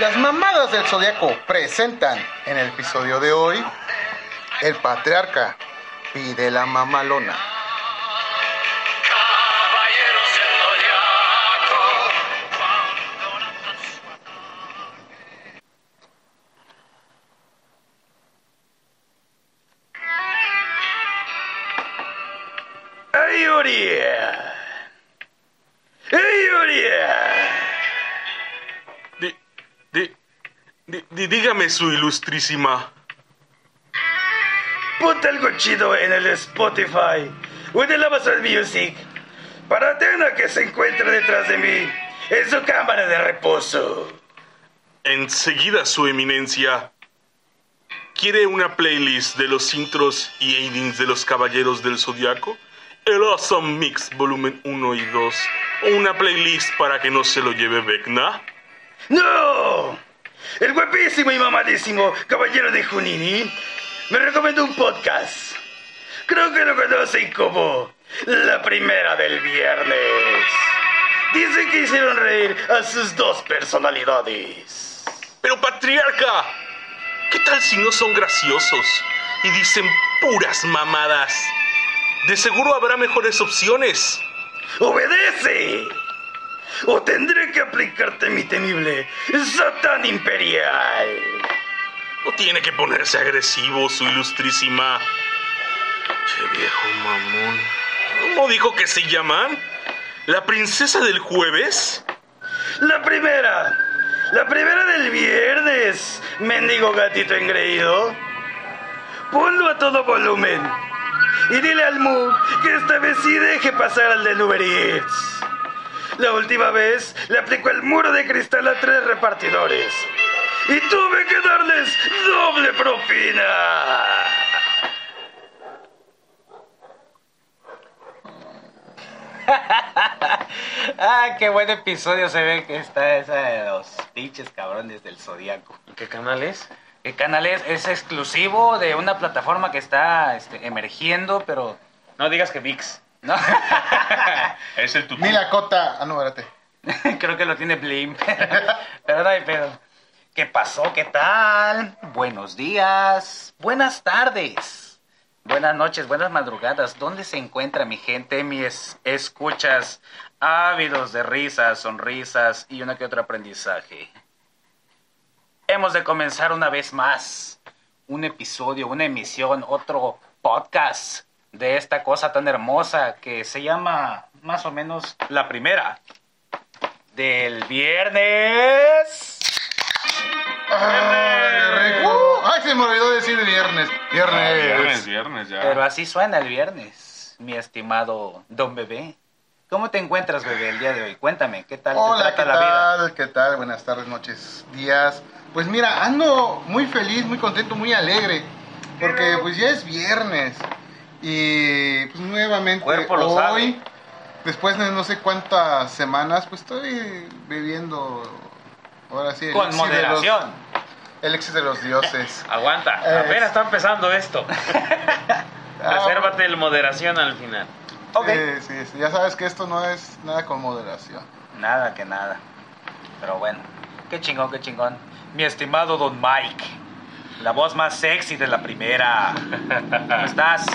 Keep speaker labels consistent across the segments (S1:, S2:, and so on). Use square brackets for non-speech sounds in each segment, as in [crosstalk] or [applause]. S1: Caballeros del Zodiaco presentan en el episodio de hoy El Patriarca pide la mamalona.
S2: Caballeros del Zodiaco.
S3: ¡Ay, Uriah! ¡Ay, Uriah!
S4: Di- di- di- di- dígame su ilustrísima.
S3: Ponte algo chido en el Spotify o en el Amazon Music para Atena que se encuentra detrás de mí en su cámara de reposo.
S4: Enseguida su eminencia. ¿Quiere una playlist de los intros y endings de los Caballeros del Zodiaco? El Awesome Mix volumen 1 y 2. O una playlist para que no se lo lleve Vecna.
S3: ¡No! El guapísimo y mamadísimo caballero de Junini me recomendó un podcast. Creo que lo conocen como La Primera del Viernes. Dicen que hicieron reír a sus dos personalidades.
S4: Pero patriarca, ¿qué tal si no son graciosos y dicen puras mamadas? De seguro habrá mejores opciones.
S3: ¡Obedece! O tendré que aplicarte mi temible Satán Imperial.
S4: No tiene que ponerse agresivo, su ilustrísima. Che viejo mamón. ¿Cómo dijo que se llaman? ¿La princesa del jueves?
S3: La primera. La primera del viernes. Mendigo gatito engreído. Ponlo a todo volumen. Y dile al Moog que esta vez sí deje pasar al del Uber Eats. La última vez le aplicó el muro de cristal a tres repartidores. Y tuve que darles doble propina.
S5: [laughs] Ah, qué buen episodio se ve que está esa de los pinches cabrones del zodiaco.
S6: ¿Qué canal es?
S5: El canal es, es exclusivo de una plataforma que está este, emergiendo, pero
S6: No digas que VIX. [laughs]
S5: no.
S6: Es el tutu.
S1: Ni la cota. Ah, no, espérate.
S5: [laughs] Creo que lo tiene Blim. [laughs] pero no hay pedo. ¿Qué pasó? ¿Qué tal? Buenos días. Buenas tardes. Buenas noches, buenas madrugadas. ¿Dónde se encuentra mi gente, mis escuchas ávidos de risas, sonrisas y una que otro aprendizaje? Hemos de comenzar una vez más un episodio, una emisión, otro podcast de esta cosa tan hermosa que se llama más o menos la primera del viernes.
S1: Ay, rico. Ay, se me olvidó decir viernes. Viernes.
S6: Viernes, viernes ya.
S5: Pero así suena el viernes, mi estimado don bebé. ¿Cómo te encuentras, bebé, el día de hoy? Cuéntame, ¿qué tal te
S1: Hola, ¿qué
S5: trata la vida?
S1: tal? ¿Qué tal? Buenas tardes, noches, días. Pues mira, ando muy feliz, muy contento, muy alegre. Porque pues ya es viernes. Y pues nuevamente
S5: Cuerpo lo
S1: hoy,
S5: sabe.
S1: después de no sé cuántas semanas, pues estoy bebiendo ahora sí el
S5: Con
S1: elixir de los-
S5: moderación.
S1: el elixir de los
S5: [laughs]
S1: dioses.
S6: Aguanta,
S1: Eh,
S6: apenas está empezando esto.
S1: Ah,
S6: Resérvate el moderación al final.
S5: Ok.
S1: eh, Sí, sí, sí, ya sabes que esto no es nada con moderación.
S5: Nada que nada. Pero bueno, qué chingón, qué chingón. Mi estimado don Mike, la voz más sexy de la primera. ¿Cómo estás?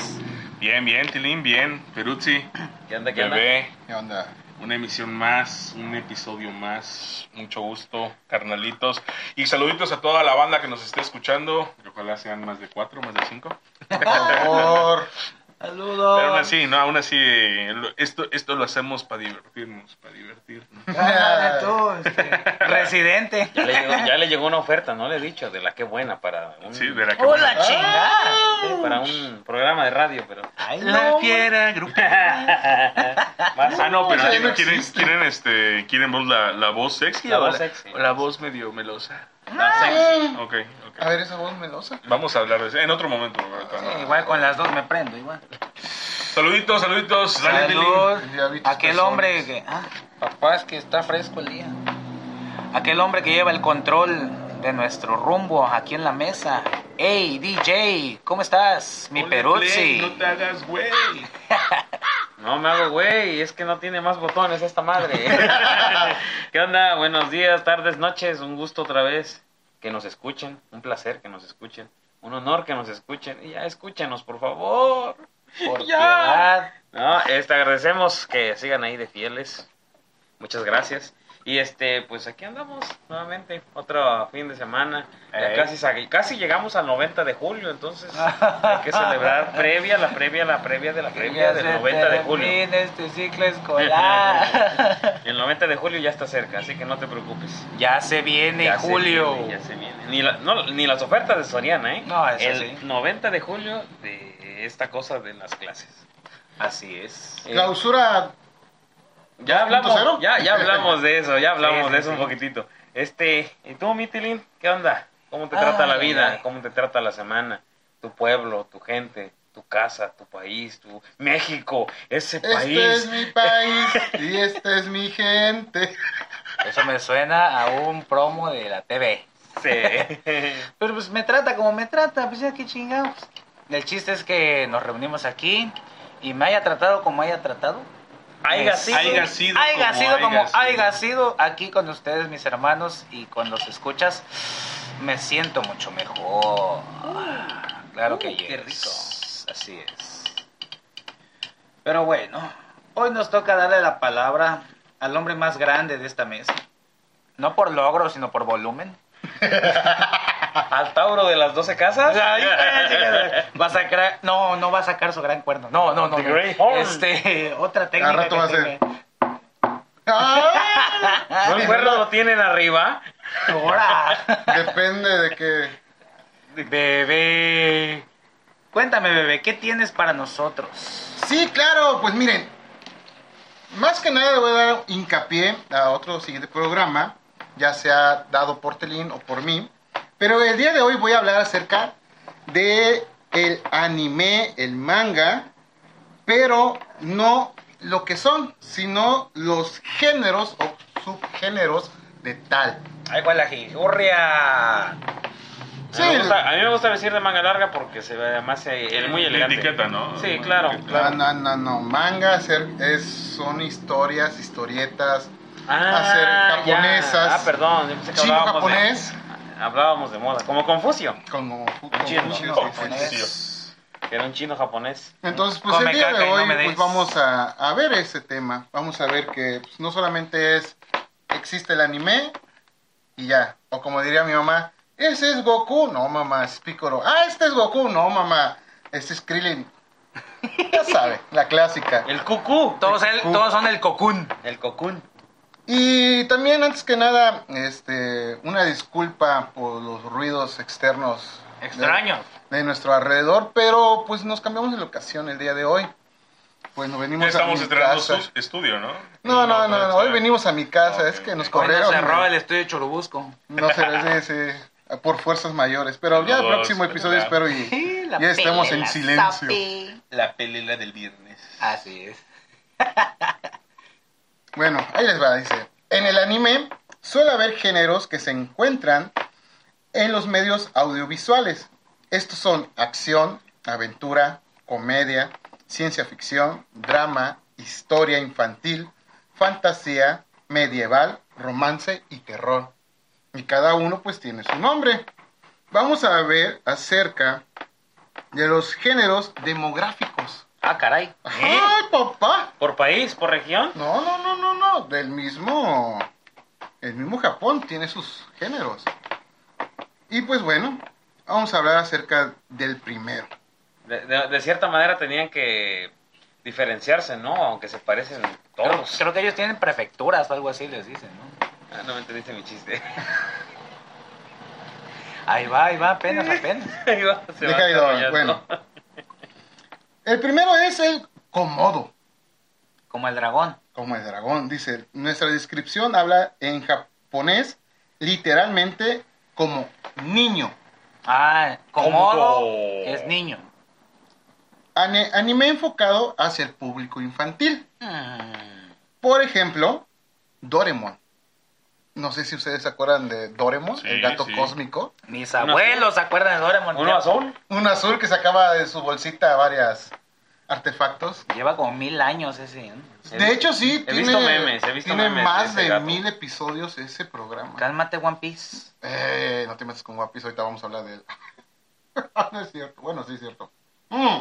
S4: Bien, bien, Tilín, bien. Peruzzi,
S6: ¿Qué onda, qué onda?
S4: bebé.
S1: ¿Qué onda?
S4: Una emisión más, un episodio más. Mucho gusto, carnalitos. Y saluditos a toda la banda que nos esté escuchando. que Ojalá sean más de cuatro, más de cinco.
S1: Por favor.
S5: [laughs] Saludos.
S4: Pero aún así, no, aún así, lo- esto, esto lo hacemos para divertirnos, para divertirnos.
S5: Ah, tú, este, [laughs] residente.
S6: Ya le, llegó, ya le llegó una oferta, no le he dicho, de la que buena para un,
S4: Sí, de la que
S5: Hola, chingada.
S6: para un programa de radio, pero
S5: Ay,
S4: La
S5: no.
S4: fiera grupera.
S6: más
S4: Ah, no, pero
S1: Esa ya
S4: quieren,
S1: no
S4: quieren,
S1: existe.
S4: quieren, este, quieren vos la, la voz sexy
S6: La
S4: o
S6: voz
S4: la,
S6: sexy.
S4: o la voz medio melosa. Ok, ok.
S1: A ver esa voz melosa.
S4: Vamos a hablar de eso en otro momento. ahorita no.
S5: Sí, igual con las dos me prendo, igual.
S4: Saluditos, saluditos. Dale, Tilín.
S5: Salud.
S1: Diablitos
S5: Aquel
S1: pezones.
S5: hombre que. Ah, papás, que está fresco el día. Aquel hombre que lleva el control de nuestro rumbo aquí en la mesa. Hey, DJ, ¿cómo estás? Mi
S4: Ponle play, No
S5: Peruzzi.
S4: te hagas, güey.
S6: No me hago güey, es que no tiene más botones esta madre. ¿Qué onda? Buenos días, tardes, noches, un gusto otra vez. que nos escuchen, un placer que nos escuchen, un honor que nos escuchen. Y ya escúchenos, por favor.
S5: Por
S6: Ya.
S5: piedad.
S6: No, este, agradecemos que sigan ahí de fieles. Muchas gracias. Y este, pues aquí andamos nuevamente, otro fin de semana. Ya
S5: Ey.
S6: casi, sa- casi llegamos al 90 de julio, entonces hay que celebrar previa, la previa, la previa de la previa
S5: Ya se
S6: del 90 de julio.
S5: termina este ciclo
S6: [laughs]
S5: escolar. [laughs]
S6: El 90 de julio ya está cerca, así que no te preocupes.
S5: ya se viene
S6: Ya se
S5: julio.
S6: viene, ya se viene. Ni, la- no, ni las ofertas de Soriana, ¿eh?
S5: No, eso
S6: El
S5: sí.
S6: 90 de julio de esta cosa de las clases.
S5: Así es.
S6: Eh,
S1: Clausura
S6: Ya hablamos,
S1: 2.0.
S6: ya, ya hablamos de eso, ya hablamos
S5: Sí,
S6: de
S5: sí,
S6: eso un
S5: sí.
S6: poquitito. Este, ¿y tú, Mitilín? ¿Qué onda? ¿Cómo te trata
S5: Ay,
S6: la vida?
S5: ay.
S6: ¿Cómo te trata la semana? Tu pueblo, tu gente, tu casa, tu país, tu México, ese
S1: Este
S6: país.
S1: es mi país y esta es mi gente. [laughs]
S5: Eso me suena a un promo de la TV. [laughs]
S6: Sí.
S5: Pero pues me trata como me trata, pues ya qué chingados. El chiste es que nos reunimos aquí y me haya tratado como haya tratado.
S6: Haiga
S5: Es-
S6: sido.
S4: Haiga sido
S5: Haiga
S4: como
S5: sido como
S4: haiga sido.
S5: haiga sido aquí con ustedes, mis hermanos, y con los escuchas. Me siento mucho mejor. Claro que
S6: qué
S5: yes. Así es. Pero bueno, hoy nos toca darle la palabra al hombre más grande de esta mesa. No por logro, sino por volumen.
S6: Al Tauro de las 12 casas.
S5: Ay, cállate, Va a sacar, no, no va a sacar su gran cuerno. No, no, no.
S6: The
S5: no.
S6: Great Horn.
S5: Este, otra técnica.
S1: rato
S5: que
S1: va a ser.
S5: tenga.
S1: Ah,
S6: ¿No el cuerno lo tienen arriba?
S5: Ahora.
S1: Depende de que
S5: Bebé. Cuéntame, bebé, ¿qué tienes para nosotros?
S1: Sí, claro, pues miren. Más que nada le voy a dar hincapié a otro siguiente programa, ya sea dado por Telín o por mí. Pero el día de hoy voy a hablar acerca de el anime, el manga, pero no lo que son, sino los géneros o subgéneros de tal.
S5: Ay, cuál la jijurria.
S1: Sí,
S6: A, mí me gusta, a mí me gusta vestir de manga larga porque se ve además eh, el muy
S4: La
S6: elegante.
S4: etiqueta, ¿no?
S6: Sí, claro.
S1: no, no, no, no, manga ser- es, son historias, historietas, Hacer
S6: Ah, ya.
S1: japonesas.
S6: Ah, perdón. yo pensé que
S1: chino
S6: hablábamos de-
S1: japonés.
S6: Hablábamos de moda, como Confucio,
S1: Como
S6: chino,
S1: Confucio,
S6: ¿no?
S1: sí, sí, sí.
S6: que era un chino japonés.
S1: Entonces, pues
S5: Come
S1: el día
S5: caca
S1: de
S5: y no
S1: hoy
S5: me des.
S1: pues, vamos a, a ver ese tema. Vamos a ver que pues, no solamente es existe el anime y ya. O como diría mi mamá, ese es Goku. No, mamá, es Piccolo. Ah, este es Goku. No, mamá, este es Krillin. [laughs] ya sabe, la clásica.
S6: El cucú.
S5: Todos, el-
S1: Cocún.
S5: todos son el cocún.
S6: El cocún.
S1: Y también, antes que nada, este, una disculpa por los ruidos externos. de-
S5: Extraño.
S1: de nuestro alrededor, pero pues nos cambiamos de locación el día de hoy. Pues nos venimos
S4: Ya estamos
S1: a mi
S4: estrenando
S1: casa.
S4: su estudio, ¿no?
S1: No, no, no, no, hoy
S4: está-
S1: venimos a mi casa,
S4: Ah,
S1: es
S4: ok,
S1: que nos
S4: ok.
S5: Hoy nos
S1: corrieron.
S5: cerró el
S1: No,
S5: estudio de Churubusco.
S1: no sé, sí, sí, por fuerzas mayores, pero ya el
S4: Los-
S1: próximo episodio
S4: ya.
S1: espero
S5: [laughs]
S1: y ya estemos en silencio.
S6: La pelea del viernes.
S5: Así es.
S1: Bueno, ahí les va, dice. En el anime suele haber géneros que se encuentran en los medios audiovisuales. Estos son acción, aventura, comedia, ciencia ficción, drama, historia infantil, fantasía, medieval, romance y terror. Y cada uno pues tiene su nombre. Vamos a ver acerca de los géneros demográficos.
S5: Ah, caray.
S1: ¡Ay, papá!
S6: ¿Por país? ¿Por región?
S1: No, no, no, no, no. Del mismo. El mismo Japón tiene sus géneros. Y pues bueno, vamos a hablar acerca del primero.
S6: De, de- de cierta manera tenían que diferenciarse, ¿no? Aunque se parecen
S5: Creo,
S6: todos.
S5: creo que ellos tienen prefecturas o algo así, les dicen, ¿no?
S6: Ah, no me entendiste mi [laughs] chiste.
S5: Ahí va, ahí va, apenas, apenas.
S6: Ahí va, se va
S1: Deja ahí,
S6: desarrollando.
S1: bueno. El primero es el Komodo,
S5: Como el dragón.
S1: como el dragón. Dice, nuestra descripción habla en japonés literalmente como niño.
S5: Ah, Komodo
S6: Komodo.
S5: es niño.
S1: Ane- anime enfocado hacia el público infantil.
S5: Mm.
S1: Por ejemplo, Doremon. No sé si ustedes se acuerdan de Doremon,
S4: Sí,
S1: el gato
S4: sí.
S1: cósmico.
S5: Mis abuelos se acuerdan de Doraemon.
S6: ¿Uno azul?
S1: Un azul que sacaba de su bolsita varias artefactos.
S7: Lleva como mil años ese. ¿eh?
S5: Pues
S1: De hecho, sí,
S6: he
S1: tiene,
S6: visto memes, he visto
S1: tiene
S6: memes de
S1: más
S6: ese
S1: de
S6: gato.
S1: mil episodios ese programa.
S7: Cálmate, One Piece.
S1: Eh, no te metas con guapis, ahorita vamos a hablar de él. [laughs] no es cierto, bueno, sí es cierto. Mm.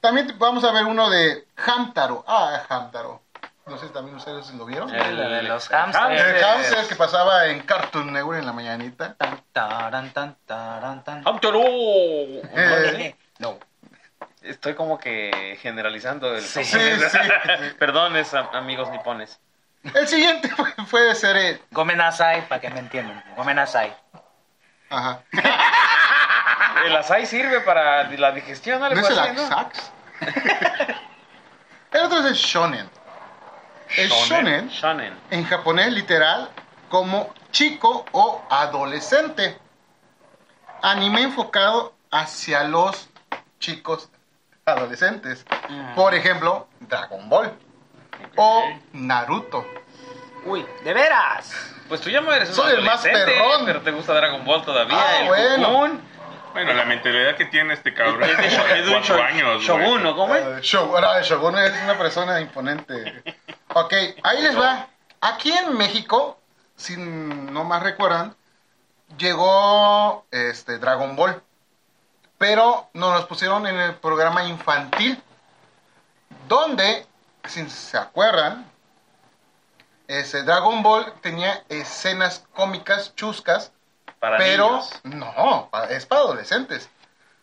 S1: También te- vamos a ver uno de Hamtaro. Ah, Hamtaro. No sé, también ustedes lo vieron.
S6: Eh,
S7: El, de los
S6: el
S1: El
S7: hamsters.
S6: hamster.
S1: hamster que pasaba en Cartoon Network en la mañanita.
S7: Tan, taran, tan, taran, tan.
S6: ¡Hamtaro!
S1: Eh,
S7: No.
S6: Estoy como que generalizando el
S7: Sí.
S1: Sí, sí, sí.
S6: [laughs] Perdón, es a- amigos nipones.
S1: El siguiente [laughs] fue, fue Seré.
S7: Gomenazai, para que me entiendan. Gomenazai.
S1: Ajá.
S6: El azai sirve para la digestión,
S1: ¿No
S6: algo
S1: es el
S6: así, ¿no?
S1: Axax? el otro es el Shonen. El Shonen
S6: Shonen.
S1: en japonés literal como chico o adolescente. Anime enfocado hacia los chicos adolescentes. Por ejemplo, Dragon Ball o Naruto.
S7: Uy, de veras.
S6: Pues tú ya no eres un
S1: Soy el más
S6: adolescente,
S1: perrón.
S6: Pero te gusta Dragon Ball todavía.
S1: Ah,
S6: el
S1: bueno.
S6: Cocoon.
S4: Bueno, la mentalidad que tiene este cabrón es
S6: Es
S4: como
S6: de
S4: de
S6: un
S4: cuatro
S6: sho-
S4: años, güey.
S6: Shogun, ¿no? ¿Cómo es?
S1: Eh, Shogun, ahora, Shogun es una persona imponente. Ok, ahí les va. Aquí en México, si no más recuerdan, llegó este Dragon Ball. Pero nos los pusieron en el programa infantil. Donde, si se acuerdan, ese Dragon Ball tenía escenas cómicas chuscas
S6: Para
S1: pero
S6: niños.
S1: no, pa- es para adolescentes.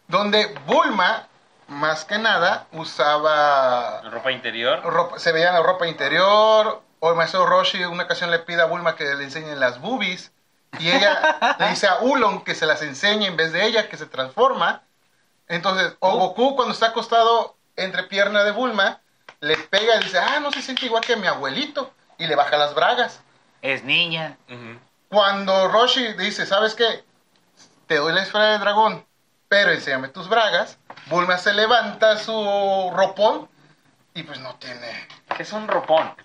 S1: Donde Bulma, más que nada, usaba
S6: Ropa interior.
S1: ropa- se veía la ropa interior. O el maestro Roshi, una ocasión le pide a Bulma que le enseñen las boobies. Y
S6: [laughs]
S1: ella le dice a Ulon que se las enseñe en vez de ella, que se transforma. Entonces,
S6: Oh.
S1: o Goku, cuando está acostado entre pierna de Bulma, le pega y dice: Ah, no se siente igual que mi abuelito. Y le baja las bragas
S7: Es niña.
S1: cuando Roshi dice, ¿sabes qué? Te doy la esfera del dragón, pero enséñame tus bragas, Bulma se levanta su ropón y pues no tiene
S6: Que es un ropón.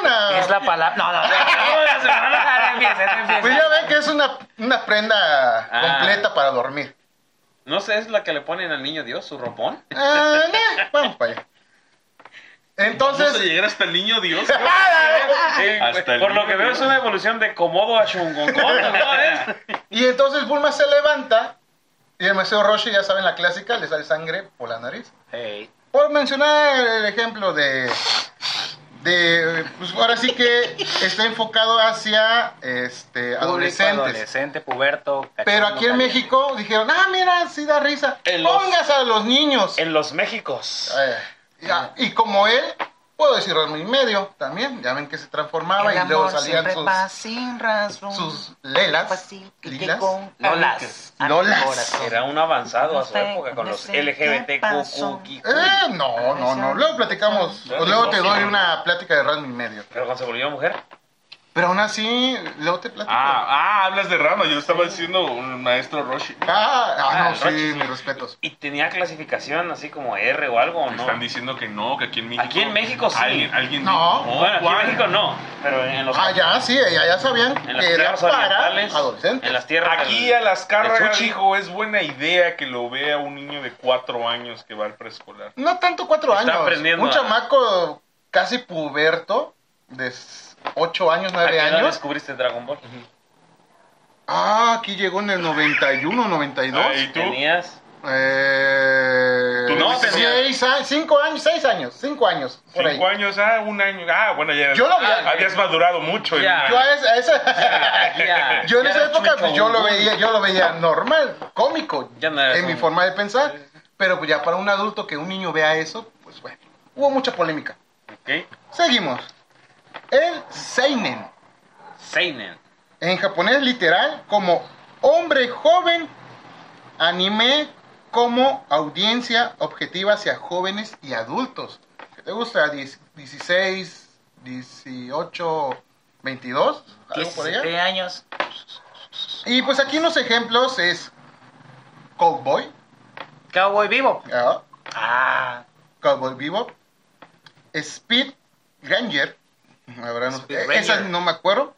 S1: una...
S7: Es la palabra. No, no, no. No empieces, no empieces.
S1: Pues ya ven que es una, una prenda
S6: Ah.
S1: completa para dormir.
S6: No sé, es la que le ponen al niño Dios, su ropón.
S1: Ah, nah, vamos para allá.
S4: Vamos a
S1: Entonces,
S4: llegar hasta el niño
S7: [laughs]
S4: Dios.
S7: Ah,
S6: Eh,
S4: Hasta
S6: pues,
S4: el
S6: por lo
S4: niño
S6: que veo
S4: Dios.
S6: es una evolución de Komodo a Shungon.
S4: [laughs]
S6: ¿no? ¿Eh? Es-
S1: y entonces Bulma se levanta y el maestro Roshi, ya saben la clásica, le sale sangre por la nariz.
S7: Hey.
S1: Por mencionar el ejemplo de. de pues ahora sí que está enfocado hacia este,
S7: Público
S1: adolescentes.
S7: Adolescente, puberto. cachondo,
S1: Pero aquí en
S7: caliente.
S1: México dijeron: ah, mira, sí da risa.
S6: En los-
S1: Póngase a los niños.
S6: En los Méxicos.
S1: Eh, ya, y como él, puedo decir Rasmo y medio también. Ya ven que se transformaba
S7: El
S1: y Pues luego
S7: amor
S1: salían
S7: siempre va
S1: sus,
S7: sin razón.
S1: sus lelas.
S7: Fácil que
S1: Lilas.
S7: con- Lolas. A mi
S1: Lolas.
S7: corazón.
S6: Era un avanzado a su
S7: No sé,
S6: época con
S7: no
S6: los
S7: sé qué pasó.
S6: LGBTQQ.
S1: Eh, no, no, no. Luego platicamos. o luego te doy una plática de Rasmo y medio.
S6: Pero cuando se volvió mujer.
S1: Pero aún así, luego te platico.
S4: Ah, ah, hablas de Rama. Yo estaba diciendo un maestro Roshi.
S1: Ah, ah,
S6: Ah,
S1: no, sí,
S6: Rochi.
S1: mis respetos.
S6: ¿Y tenía clasificación así como R o algo o
S4: Me
S6: no?
S4: Están diciendo que no, que aquí en México.
S6: Aquí en México sí.
S4: Alguien, alguien
S1: No.
S4: dijo,
S6: Bueno, aquí
S4: ¿cuál?
S6: en México no, pero en los
S1: Ah, ya, sí, ya, ya sabían
S6: en las
S1: que era
S6: tierras
S1: para
S6: orientales,
S1: adolescentes.
S6: en las tierras
S4: Aquí
S6: del-
S4: a las
S6: del
S4: cargas
S6: sushi.
S4: dijo, es buena idea que lo vea un niño de cuatro años que va al preescolar.
S1: No tanto cuatro
S6: Está
S1: años.
S6: aprendiendo
S1: Un
S6: a-
S1: chamaco casi puberto, de s- ocho años,
S6: ¿A
S1: nueve
S6: qué edad
S1: años.
S6: descubriste Dragon Ball?
S1: Ah, aquí llegó en el 91, 92.
S4: Ah, ¿Y tú?
S6: Tenías
S1: Eh,
S4: Tú no tenías.
S1: seis a- cinco años, seis años, cinco años, por ahí.
S4: Cinco años, ah, un año. Ah, bueno, ya.
S1: Yo lo vi.
S4: Ah, Habías madurado mucho. en
S6: Ya.
S4: un
S1: Yo
S4: año.
S1: a esa, a
S6: [laughs]
S1: esa-
S6: ya,
S1: yo en
S6: ya
S1: esa
S6: era
S1: época pues,
S6: chucho,
S1: yo lo
S6: güey.
S1: veía, yo lo veía normal, cómico,
S6: Ya no eres
S1: en mi
S6: un-
S1: forma de pensar. Pero pues ya para un adulto que un niño vea eso, pues bueno, hubo mucha polémica.
S6: Ok.
S1: Seguimos. El seinen,
S6: Seinen.
S1: en japonés literal como hombre joven, anime como audiencia objetiva hacia jóvenes y adultos. ¿Qué te gusta? Diez- 16, 18, 22, algo por allá.
S7: 17 años.
S1: Y pues aquí unos ejemplos es Cowboy,
S7: Cowboy vivo.
S1: ¿ah?
S7: Ah.
S1: Cowboy Vivo, Speed Ranger, la verdad no,
S7: Speed
S1: eh,
S7: Ranger.
S1: esa no me acuerdo.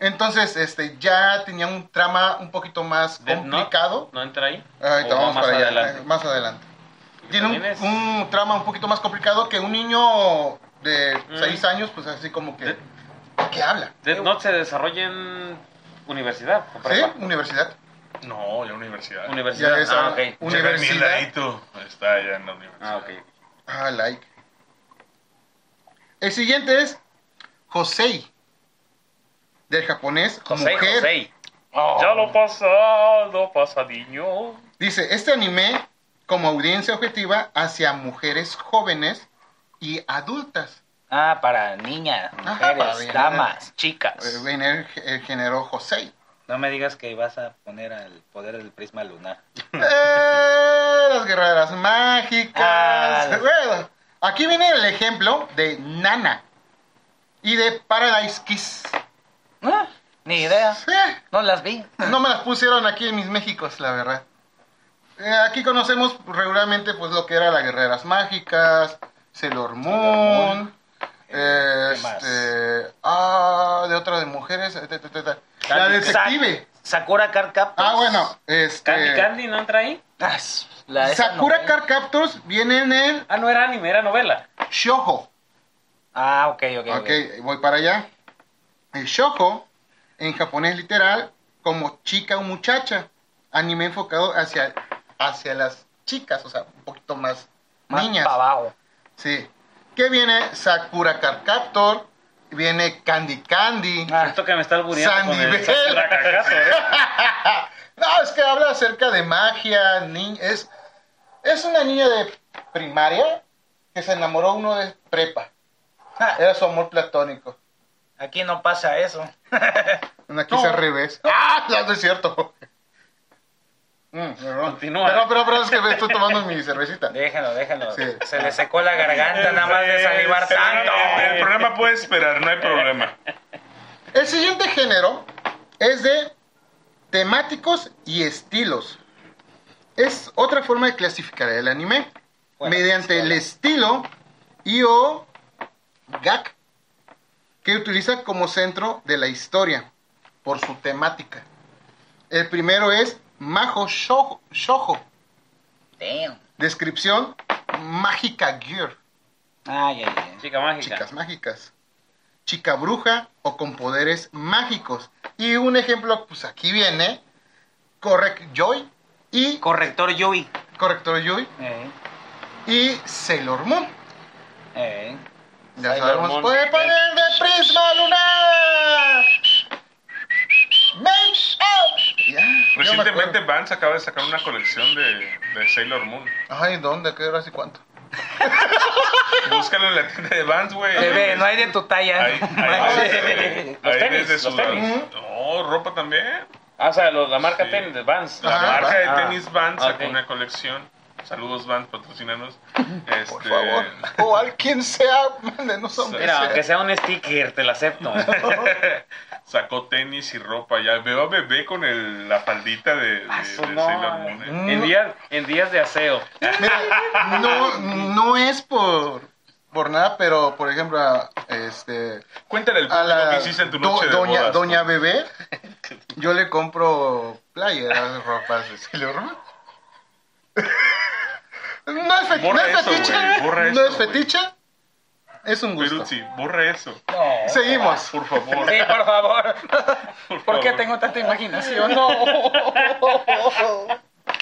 S1: Entonces, este, ya tenía un trama un poquito más
S6: Death Note.
S1: complicado.
S6: ¿No entra ahí?
S1: Ahorita
S6: ¿O
S1: vamos
S6: más
S1: para allá,
S6: adelante?
S1: eh, más adelante. tiene un,
S6: también es-
S1: un trama un poquito más complicado que un niño de
S6: Mm.
S1: 6 años, pues así como que... ¿Qué habla?
S6: Death Note se desarrolla en universidad. o
S1: ¿Sí?
S6: prepa.
S1: Universidad.
S4: No, la universidad.
S6: Universidad.
S1: Ya es
S6: ah,
S1: ah,
S6: ok.
S1: universidad.
S4: Miladito está allá en la universidad.
S6: Ah, ok.
S1: Ah, like. El siguiente es Josei. Del japonés
S6: José,
S1: mujer.
S6: José. Oh.
S4: Ya lo pasado, pasadiño.
S1: Dice, este anime como audiencia objetiva hacia mujeres jóvenes y adultas.
S7: Ah, para niñas,
S1: Ajá,
S7: mujeres,
S1: Ah, para bien,
S7: damas, chicas.
S1: Eh, En el, el género
S7: [laughs]
S1: Josei.
S7: No me digas que vas a poner al poder del prisma lunar.
S1: Eh, las guerreras mágicas.
S7: Ah, las-
S1: Bueno, aquí viene el ejemplo de Nana y de Paradise Kiss.
S7: Ah, ni idea.
S1: Eh,
S7: No las vi.
S1: no me las pusieron aquí en mis Méxicos, la verdad. Eh, aquí conocemos regularmente pues lo que era las guerreras mágicas, Sailor Moon, eh,
S7: ¿qué más?
S1: este, ah, de otra de mujeres, eh, ta, ta, ta, ta. la
S7: Candy-
S1: detective.
S7: Sa- Sakura Card Captors.
S1: Ah, bueno, este,
S6: Candy Candy no entra ahí.
S7: Ah, s- la- esa
S1: Sakura
S7: novela.
S1: Card Captors viene en el
S6: Ah, no era anime, era novela.
S1: Shoujo.
S7: Ah, ok, ok. ok.
S1: Ok, voy para allá. El shojo, en japonés literal, como chica o muchacha. Anime enfocado hacia, hacia las chicas, o sea, un poquito más,
S7: Más
S1: niñas.
S7: para abajo.
S1: Sí. Que viene Sakura Card Captor, viene Candy Candy.
S7: Ah,
S6: Esto que me está albureando
S1: Sandy
S6: con el
S1: Bell.
S6: Sakura Kakato, ¿eh?
S1: [laughs] No, es que habla acerca de magia, ni- es, es una niña de primaria que se enamoró uno de prepa. [laughs]
S7: Ah.
S1: Era su amor platónico.
S7: Aquí no pasa eso.
S1: Aquí es al revés. ¡Ah! No, no es cierto. Mm, perdón.
S6: Continúa.
S1: Perdón, perdón, perdón, es que me estoy tomando mi cervecita.
S7: Déjenlo, déjenlo.
S1: Sí.
S7: Se le secó la garganta nada más de salivar
S4: El programa-
S7: tanto.
S5: Ah.
S4: Eh, El programa puede esperar, no hay problema.
S1: El siguiente género es de temáticos y estilos. Es otra forma de clasificar el anime
S7: Bueno,
S1: mediante el estilo y o gag que utiliza como centro de la historia por su temática. El primero es Majo Shoujo. Shoujo.
S7: Damn.
S1: Descripción: Mágica Gear.
S7: Ay, ay, ay.
S6: Chica mágica.
S1: Chicas mágicas. Chica bruja o con poderes mágicos. Y un ejemplo, pues aquí viene: Correct Joy y
S7: Corrector Yui.
S1: Corrector Joy
S7: Eh,
S1: y Sailor Moon.
S7: eh.
S1: Ya
S6: Sailor
S1: sabemos,
S6: Moon.
S1: puede poner de Prisma Lunar. Make up. Ya, yo me
S4: Recientemente
S1: acuerdo.
S4: Vance acaba de sacar una colección de, de Sailor Moon.
S1: Ay, ¿dónde? ¿Qué hora y cuánto?
S4: Búscalo en la tienda de Vance, güey.
S6: Eh,
S7: Bebé, no hay de tu talla. ¿eh?
S5: [laughs]
S4: Ahí,
S7: [laughs]
S4: ahí,
S6: Los
S4: ahí
S6: tenis,
S4: desde
S6: los
S4: Sudam-
S6: tenis.
S4: No, Oh, ropa también.
S6: Ah, o sea, lo- la marca
S4: Sí.
S6: tenis de Vans.
S4: La
S1: Ajá.
S4: marca
S1: Ah,
S4: de tenis Vans sacó
S6: ok.
S4: una colección. Saludos Vans, patrocínanos.
S1: [laughs]
S4: Este,
S1: Por favor. O al quien sea, mándenos a un
S4: Mira,
S6: Mira,
S1: sea.
S6: aunque sea un sticker, te la [laughs] acepto.
S4: Sacó tenis y ropa. Ya veo a bebé con el- la faldita de, de-
S6: Ah,
S4: de
S6: su no.
S4: Sailor Moon.
S1: Mm.
S4: eh.
S6: en, días, en días de aseo.
S1: Mira, no, no es por, por nada, pero por ejemplo, a, este,
S4: Cuéntale el
S1: a
S4: público
S1: la
S4: que hiciste en tu
S1: do-
S4: noche de
S1: doña,
S4: bodas,
S1: doña
S4: [laughs]
S1: Bebé, yo le compro playeras, ropas de Sailor Moon. No es, fe-
S4: Borra
S1: no es
S4: eso,
S1: fetiche,
S4: güey, borra
S1: no
S4: eso,
S1: es
S4: güey.
S1: fetiche, es un gusto.
S4: Peruzzi, borra eso.
S1: Seguimos.
S4: Por favor.
S7: Sí, por
S4: [laughs]
S7: favor. ¿Por qué
S4: favor.
S7: tengo tanta imaginación? No.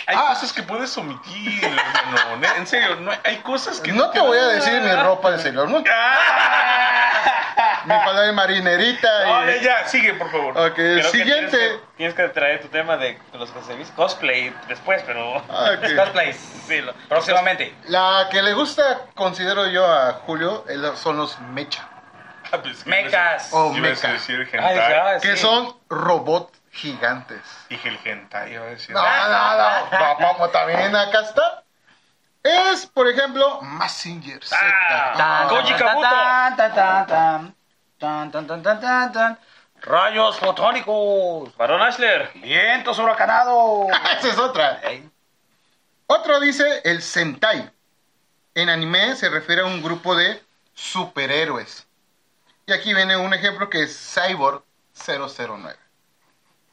S4: Hay
S1: Ah.
S4: cosas que puedes omitir, hermano. Ne- En serio, no, hay- hay cosas que...
S1: No te voy a decir mi ropa de Sailor
S4: [laughs]
S1: Moon, mi falda de
S4: No,
S1: marinerita.
S4: ya,
S1: y-
S4: ya, sigue, por favor.
S1: Ok, el
S6: Creo que
S1: siguiente.
S6: tienes que- Tienes que, traer tu tema de los que se viste cosplay después, pero.
S1: Ok.
S7: Cosplays.
S6: Sí, lo-
S7: Próximamente.
S1: La que le gusta, considero yo a Julio, él- son los mecha.
S4: Ah, pues, ¿qué
S7: Mecas.
S1: Oh,
S4: ibas a- ibas a
S1: meca.
S4: decir
S6: Ay,
S4: hentai.
S6: ya,
S1: Que
S6: sí.
S1: son robots gigantes.
S4: Dije el hentai, iba a decir.
S1: No, no, no. Va- Vamos, también acá está. Es, por ejemplo, Massinger Z. Ah,
S7: Tan,
S6: Koji
S7: tan,
S6: Kabuto.
S7: tan, tan, tan, tan, tan, tan, tan, tan, tan, tan. Rayos fotónicos.
S6: Varón Ashler.
S7: Vientos huracanados.
S1: Esa es otra.
S7: Ey,
S1: Otro dice el Sentai. En anime se refiere a un grupo de superhéroes. Y aquí viene un ejemplo que es Cyborg 009.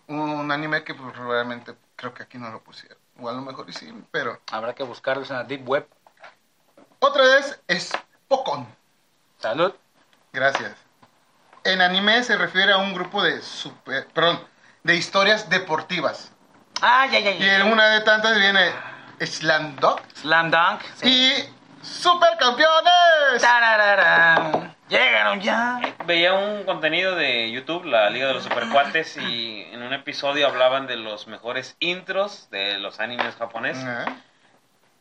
S1: Un anime que pues, realmente creo que aquí no lo pusieron. O a lo mejor y sí, pero
S7: Habrá que buscarlos en la Deep Web.
S1: Otra vez es Pokon.
S7: Salud.
S1: Gracias. En anime se refiere a un grupo de super, perdón, de historias deportivas.
S7: Ah, ya, ya,
S1: Y
S7: ya.
S1: en una de tantas viene Slam Dunk
S7: Slam Dunk. Sí.
S1: y Supercampeones.
S7: Tarararán. Llegaron ya.
S6: Veía un contenido de YouTube, la Liga de los Supercuates, y en un episodio hablaban de los mejores intros de los animes japoneses.
S1: Ah,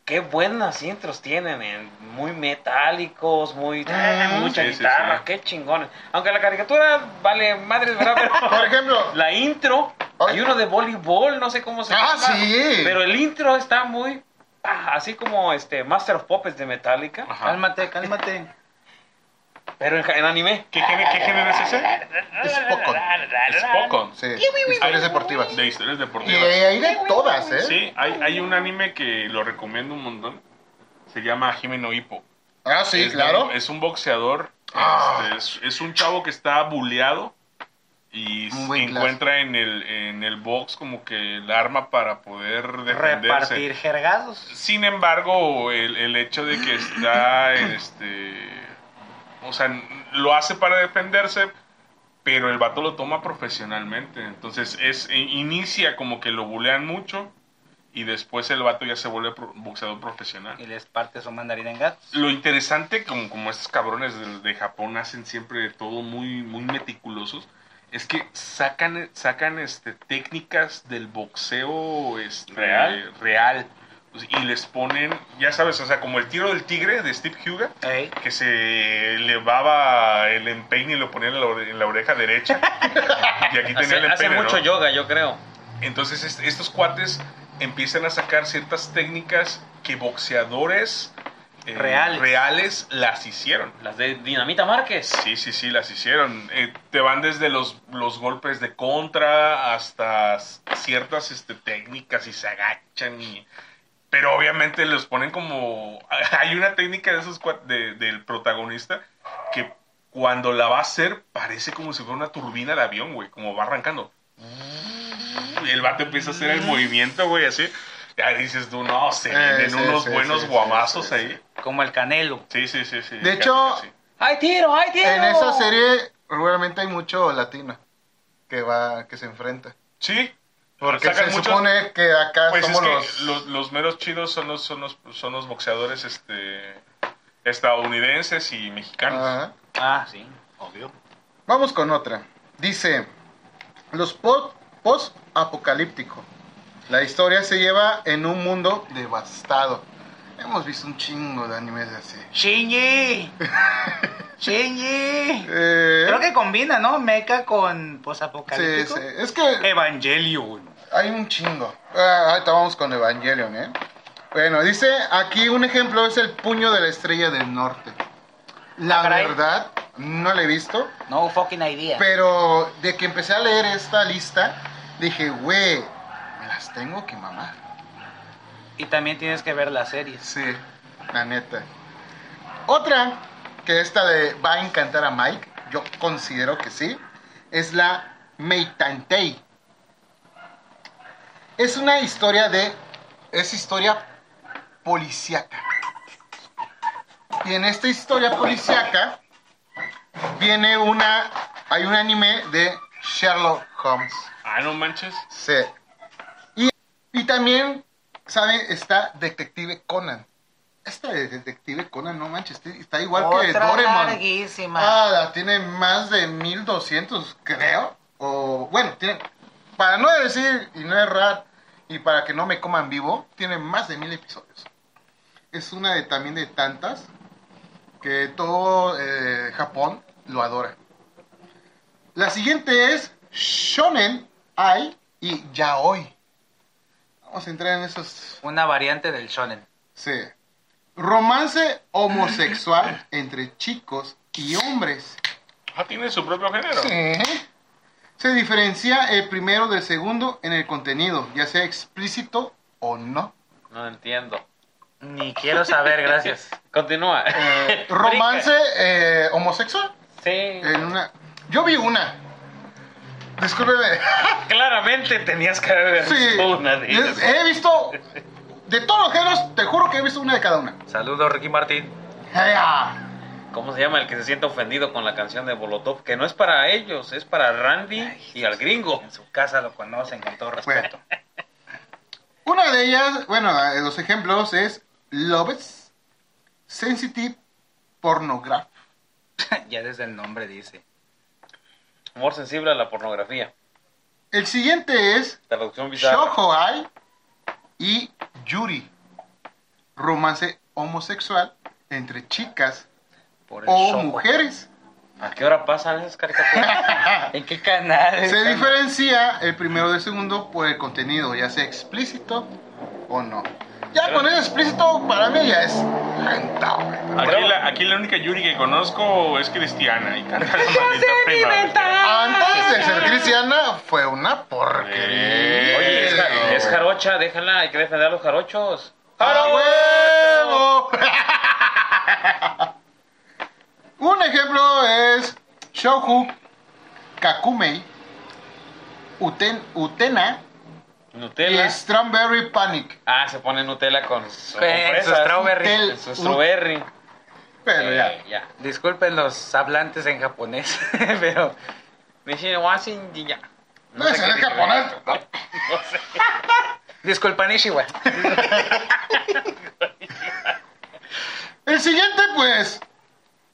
S6: Qué buenas intros tienen, eh, muy metálicos, muy
S1: Mm.
S6: mucha
S4: Sí, sí,
S6: guitarra,
S4: sí.
S6: qué chingones. Aunque la caricatura vale madres, ¿verdad?
S1: [laughs] Por
S6: Pero
S1: ejemplo,
S6: la intro,
S1: Ay.
S6: hay uno de voleibol, no sé cómo se
S1: Ah,
S6: llama.
S1: sí.
S6: Pero el intro está muy ah, así como este Master of Puppets de Metallica,
S7: Cálmate, cálmate.
S6: pero en, ja- en anime.
S4: ¿Qué, género- qué género es ese?
S1: es Pokon.
S4: Es Pokon.
S1: Sí, historias deportivas.
S4: De historias
S1: Y
S4: deportivas.
S1: hay de todas, ¿eh?
S4: Sí, hay, hay un anime que lo recomiendo un montón. Se llama Jimeno Hippo.
S1: Ah, sí,
S4: es de
S1: claro.
S4: un- es un boxeador.
S1: Ah.
S4: este, es, es un chavo que está buleado y
S1: Un
S4: se
S1: buen clásico.
S4: encuentra en el, en el box como que el arma para poder defenderse.
S7: Repartir jergazos.
S4: Sin embargo, el, el hecho de que está, este, o sea, lo hace para defenderse, pero el vato lo toma profesionalmente. Entonces, es, e- inicia como que lo bulean mucho y después el vato ya se vuelve pro- boxeador profesional.
S7: Y les parte su mandarín en gatos.
S4: Lo interesante, como, como estos cabrones de, de Japón hacen siempre todo muy, muy meticulosos, es que sacan, sacan este, técnicas del boxeo este,
S6: ¿Real?
S4: real. Pues, Y les ponen, ya sabes, o sea, como el tiro del tigre de Steve Huga,
S7: Ey.
S4: que se elevaba el empeine y lo ponían en la, ore- en la oreja
S6: [laughs]
S4: derecha. y aquí tenía
S6: Hace,
S4: el empeine.
S6: hace mucho
S4: ¿no?
S6: yoga, yo creo.
S4: Entonces est- estos cuates empiezan a sacar ciertas técnicas que boxeadores eh,
S7: Reales.
S4: reales las hicieron.
S6: Las de Dinamita Márquez.
S4: Sí, sí, sí, las hicieron. Eh, te van desde los, los golpes de contra hasta s- ciertas este, técnicas y se agachan. Y... Pero obviamente los ponen como... [laughs] Hay una técnica de esos cua- de- del protagonista que cuando la va a hacer parece como si fuera una turbina de avión, güey. Como va arrancando. Y el vato empieza a hacer el movimiento, güey, así. Ya dices tú, no,
S1: Eh,
S4: se vienen
S1: sí,
S4: unos
S1: sí,
S4: buenos
S1: sí, sí,
S4: guamazos
S1: sí,
S4: ahí.
S7: Como el canelo.
S4: Sí, sí, sí, sí.
S1: De hecho,
S4: casi, casi.
S6: ¡Ay, tiro! ¡Ay, tiro!
S1: En esa serie regularmente hay mucho latino que va, que se enfrenta.
S4: Sí.
S1: Porque
S4: Sacan
S1: se
S4: muchos-
S1: supone que acá
S4: Pues es
S1: somos
S4: que
S1: los,
S4: los... Los, meros chidos son los, son los, son los boxeadores este, estadounidenses y mexicanos.
S1: Ajá.
S7: Ah, sí, obvio.
S1: Vamos con otra. Dice, los po- post-apocalíptico. La historia se lleva en un mundo devastado. Hemos visto un chingo de animes de así. [laughs]
S7: Shinji. Shinji.
S1: Eh,
S7: Creo que combina, ¿no? Meca con pues,
S1: sí,
S7: posapocalíptico.
S1: sí. Es
S7: Eh,
S1: que
S7: Evangelion.
S1: hay un chingo. Ah, ahorita vamos con Evangelion, ¿eh? Bueno, dice, aquí un ejemplo es el puño de la estrella del norte. La
S7: Ah, caray.
S1: verdad, no la he visto.
S7: No fucking idea.
S1: Pero de que empecé a leer esta lista, dije, güey, me las tengo que mamar.
S7: Y también tienes que ver las series.
S1: Sí, la neta. Otra, que esta le va a encantar a Mike, yo considero que sí, es la Meitantei. Es una historia de. Es historia policíaca. Y en esta historia policíaca viene una. Hay un anime de Sherlock Holmes.
S4: Ah, no manches.
S1: Sí. Y, y también, ¿sabe? Está Detective Conan. Esta de Detective Conan, no manches, te- está igual que
S7: Otra
S1: Doraemon.
S7: larguísima.
S1: Ah, la tiene más de 1200, creo. O, bueno, tiene. Para no decir y no errar, y para que no me coman vivo, tiene más de mil episodios. Es una de también de tantas que todo eh, Japón lo adora. La siguiente es Shonen, Ai y Yaoi. Vamos a entrar en esos.
S7: Una variante del shonen.
S1: Sí. Romance homosexual entre chicos y hombres.
S4: Ah, tiene su propio género.
S1: Sí. Se diferencia el primero del segundo en el contenido, ya sea explícito o no.
S6: No entiendo.
S7: Ni quiero
S1: [laughs]
S7: saber, gracias.
S6: Continúa.
S4: [laughs]
S1: Eh, romance eh, homosexual.
S6: Sí.
S1: En una... Yo vi una. Discúlpeme.
S4: [laughs]
S6: Claramente tenías que haber
S1: Sí.
S6: visto [laughs] una de
S1: Es-
S6: ellas.
S1: He visto De todos los géneros, te juro que he visto una de cada una.
S8: Saludos, Ricky Martín.
S1: ¡Ea!
S6: ¿Cómo se llama el que se siente ofendido con la canción de Bolotov? Que no es para ellos, es para Randy y al gringo.
S5: En su casa lo conocen con todo respeto.
S1: Una de ellas, bueno, eh, los ejemplos es Loves Sensitive Pornograph.
S5: ya desde el nombre dice.
S6: Humor sensible a la pornografía.
S1: El siguiente es
S6: Traducción bizarra.
S1: Shohoai y Yuri. Romance homosexual entre chicas
S5: Por el
S1: o
S5: show.
S1: mujeres.
S6: ¿A qué hora pasan esas caricaturas?
S5: [laughs] ¿En qué canal?
S1: Se
S5: están?
S1: diferencia el primero del segundo por el contenido, ya sea explícito o no. Ya con el explícito para mí ya es rentado. güey.
S4: Aquí la, aquí la única Yuri que conozco es Cristiana y canta la
S5: [laughs]
S4: maldita prima.
S1: Antes de ser cristiana fue una porquería.
S6: Oye, es, ja- es jarocha, déjala, hay que defender a los jarochos.
S1: ¡A huevo! Un ejemplo es Shohu Kakumei Uten- Utena y
S6: Nutella.
S1: Strawberry Panic.
S6: Ah, se pone Nutella con su
S5: Con su strawberry.
S1: Nutella.
S6: Con su strawberry.
S1: Pero ya.
S6: Eh, ya.
S5: Disculpen los hablantes en
S7: [laughs]
S5: japonés, pero
S6: Nishin Wasin y ya.
S1: No, es
S6: sé qué
S1: en
S6: dice.
S1: japonés.
S6: No sé.
S5: disculpa
S7: [laughs]
S5: Nishiwa.
S1: El siguiente, pues.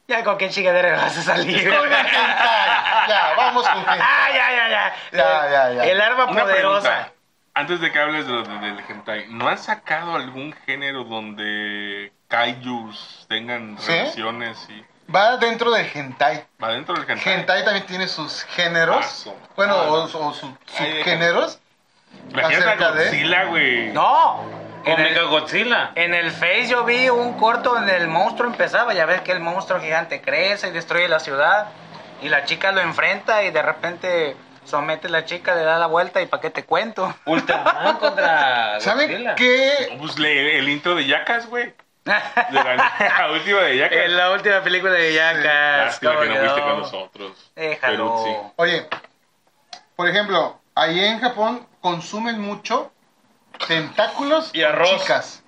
S5: Ya con qué chingadera vas
S1: [laughs]
S5: a salir.
S1: con el hentai. Ya, vamos con
S5: Ah,
S1: hentai.
S5: ya, ya, ya.
S1: Ya, ya, ya.
S5: El arma
S4: Una
S5: poderosa.
S4: pregunta. Antes de que hables de lo de- del hentai, ¿no han sacado algún género donde kaijus tengan
S1: ¿Sí?
S4: relaciones y
S1: Va dentro del hentai.
S4: va dentro del hentai?
S1: Hentai también tiene sus géneros.
S4: Ah, su-
S1: Bueno,
S4: ah,
S1: o, o sus
S4: Ay, de-
S1: subgéneros.
S4: Imagínate a
S1: acerca de-
S4: Godzilla, güey.
S5: No.
S6: O
S5: En
S6: Mega
S5: el,
S6: Godzilla.
S5: en el Face yo vi un corto donde el monstruo empezaba. Ya ves que el monstruo gigante crece y destruye la ciudad. Y la chica lo enfrenta y de repente somete a la chica, le da la vuelta y pa' qué te cuento. [laughs]
S6: Ultraman contra
S1: [laughs] ¿Saben
S6: Godzilla.
S1: qué?
S4: Pues le- el intro de Yacas, güey. De la, la [laughs] última de Yacas.
S5: En la última película de Jackass.
S4: Lástima
S5: ¿cómo
S4: que no fuiste
S5: quedó?
S4: con nosotros.
S5: Déjalo.
S1: Oye, por ejemplo, ahí en Japón consumen mucho tentáculos
S6: Y arroz.
S1: con
S4: [laughs]
S1: chicas.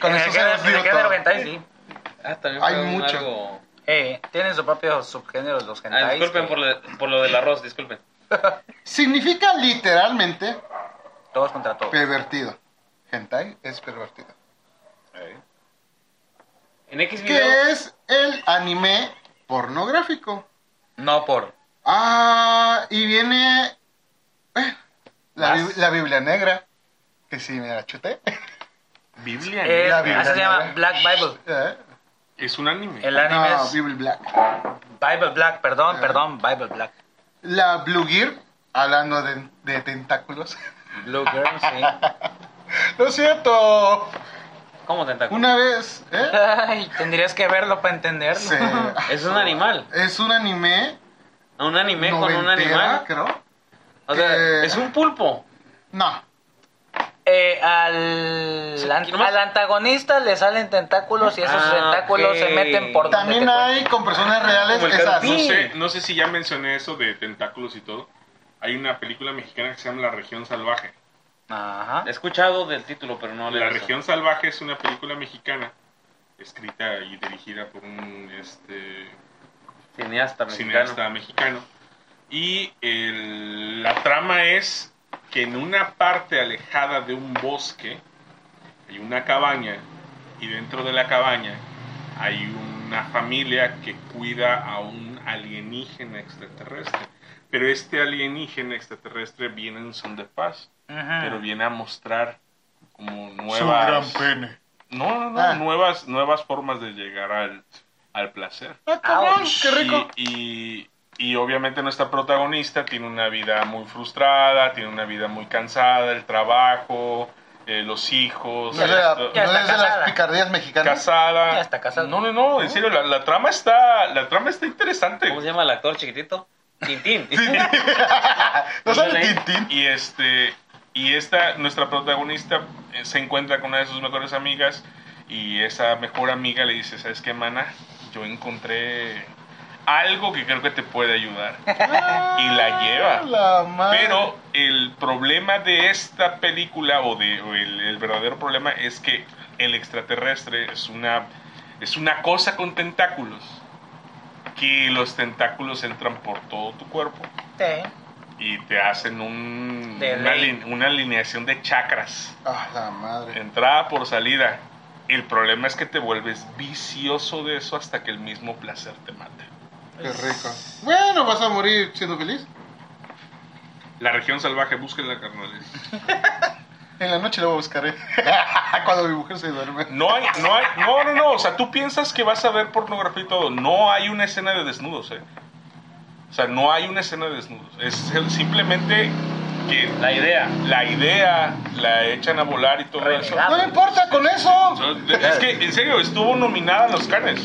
S1: Con
S5: En
S1: eso
S5: el
S1: se
S5: género-
S1: los
S5: en
S1: digo
S5: el género
S1: todo.
S5: hentai, sí.
S6: Ah, también
S1: Hay
S6: fue un
S1: mucho.
S6: algo-
S5: Eh, tienen sus propios subgéneros los
S6: Ah,
S5: hentais. eh,
S6: disculpen
S5: que
S6: por lo, por lo del arroz, disculpen.
S1: Significa literalmente
S5: Todos contra todos.
S1: pervertido. Hentai es pervertido.
S6: En X video.
S1: Que es el anime pornográfico.
S5: No por.
S1: Ah, y viene eh, la,
S5: Más.
S1: Bi- la Biblia Negra. Que sí, me la chuté.
S4: Biblia.
S1: [laughs]
S5: Eh,
S1: La
S5: ah, se
S1: Biblia
S5: llama
S1: negra.
S5: Black Bible.
S1: Eh,
S4: Es un anime.
S5: El anime
S1: no,
S5: es
S1: Bible Black.
S5: Bible Black, perdón,
S1: Eh.
S5: perdón, Bible Black.
S1: La Blue Gear, hablando de, de tentáculos. [laughs]
S5: Blue Girl, sí.
S1: Lo siento.
S6: ¿Cómo tentáculo?
S1: Una vez,
S5: [laughs]
S1: ¿eh?
S5: [laughs] Ay, tendrías que verlo para entenderlo.
S1: Se-
S6: Es un animal.
S1: es un anime.
S6: Un anime con un
S1: noventera,
S6: animal.
S1: creo.
S6: O sea,
S1: Eh.
S6: es un pulpo.
S1: No.
S5: Eh, al,
S6: Sí,
S5: an-
S6: nomás-
S5: al antagonista le salen tentáculos y esos
S6: Ah,
S5: tentáculos
S6: ok.
S5: se meten por donde
S1: También
S5: te
S1: hay con personas reales
S6: Como el
S1: esas.
S4: No
S6: carpín.
S4: sé, no sé si ya mencioné eso de tentáculos y todo. Hay una película mexicana que se llama La Región Salvaje.
S5: cuentan. Ajá.
S6: He escuchado del título, pero no le
S4: La Región Salvaje es una película mexicana escrita y dirigida por un este,
S6: Cineasta mexicano.
S4: cineasta mexicano. Y el- la trama es que en una parte alejada de un bosque hay una cabaña y dentro de la cabaña hay una familia que cuida a un alienígena extraterrestre. Pero este alienígena extraterrestre viene en son de paz,
S5: Ujú.
S4: pero viene a mostrar como nuevas...
S1: pene.
S4: No, no, no,
S1: Ah.
S4: nuevas, nuevas formas de llegar al, al placer.
S1: Ah, cabrón,
S5: Ouch.
S1: qué rico.
S4: Y, y, y obviamente nuestra protagonista tiene una vida muy frustrada, tiene una vida muy cansada, el trabajo, eh, los
S1: No
S4: hijos,
S1: es de, la-
S4: esto-
S5: ya
S1: no
S5: está
S1: es de
S5: casada.
S1: las picardías mexicanas.
S4: casada.
S5: Ya está casada.
S4: No, no, no, en serio, la, la trama está, la trama está interesante.
S6: ¿Cómo se llama el actor chiquitito? [laughs] Tintín.
S1: ¿No sabe
S6: Ándale.
S1: Tintín?
S4: Y este y esta nuestra protagonista eh, se encuentra con una de sus mejores amigas y esa mejor amiga le dice, "¿Sabes qué, mana? Yo encontré algo que creo que te puede ayudar. Y la lleva.
S1: La madre.
S4: Pero el problema de esta película, o, de, o el, el verdadero problema, es que el extraterrestre es una, es una cosa con tentáculos. Que los tentáculos entran por todo tu cuerpo y te hacen un-
S7: De
S4: una,
S7: ley.
S4: alin- una alineación de chakras.
S1: Ah, la madre.
S4: Entrada por salida. El problema es que te vuelves vicioso de eso hasta que el mismo placer te mate.
S1: Qué rico. Bueno, vas a morir siendo feliz.
S4: La región salvaje, búsquenla, carnales.
S1: En la noche lo buscaré. ¿eh? [laughs] Cuando mi mujer se duerme.
S4: No hay, no hay, no, no, no. O sea, tú piensas que vas a ver pornografía y todo. No hay una escena de desnudos, eh. O sea, no hay una escena de desnudos. Es el- simplemente que
S6: La idea.
S4: la idea la echan a volar y todo eso.
S7: Renegado.
S1: No le importa con
S4: O
S1: eso.
S4: sea, Es que, en serio, estuvo nominada a los canes.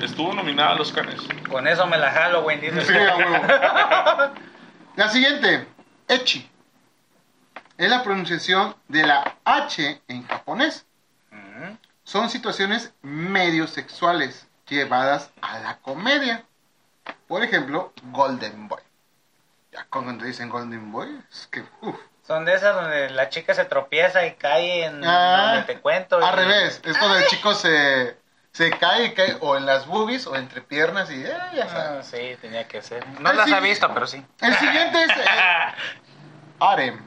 S4: Estuvo nominada a los canes.
S7: Con eso me la jalo, güey. dice.
S1: Sí, a huevo. La siguiente, Echi. Es la pronunciación de la H en japonés. Son situaciones medio sexuales llevadas a la comedia. Por ejemplo, Golden Boy. Ya cuando dicen Golden Boy, es que uf.
S7: Son de esas donde la chica se tropieza y cae en
S1: Ah,
S7: donde te cuento. y-
S1: Al revés, es cuando el chico se, se cae, y cae o en las boobies o entre piernas y eh, ya
S7: Ah,
S1: sabes.
S7: sí, tenía que ser. No
S1: El
S7: las ha
S1: sigui-
S7: visto, pero sí.
S1: El siguiente es
S7: [laughs]
S1: eh, Harem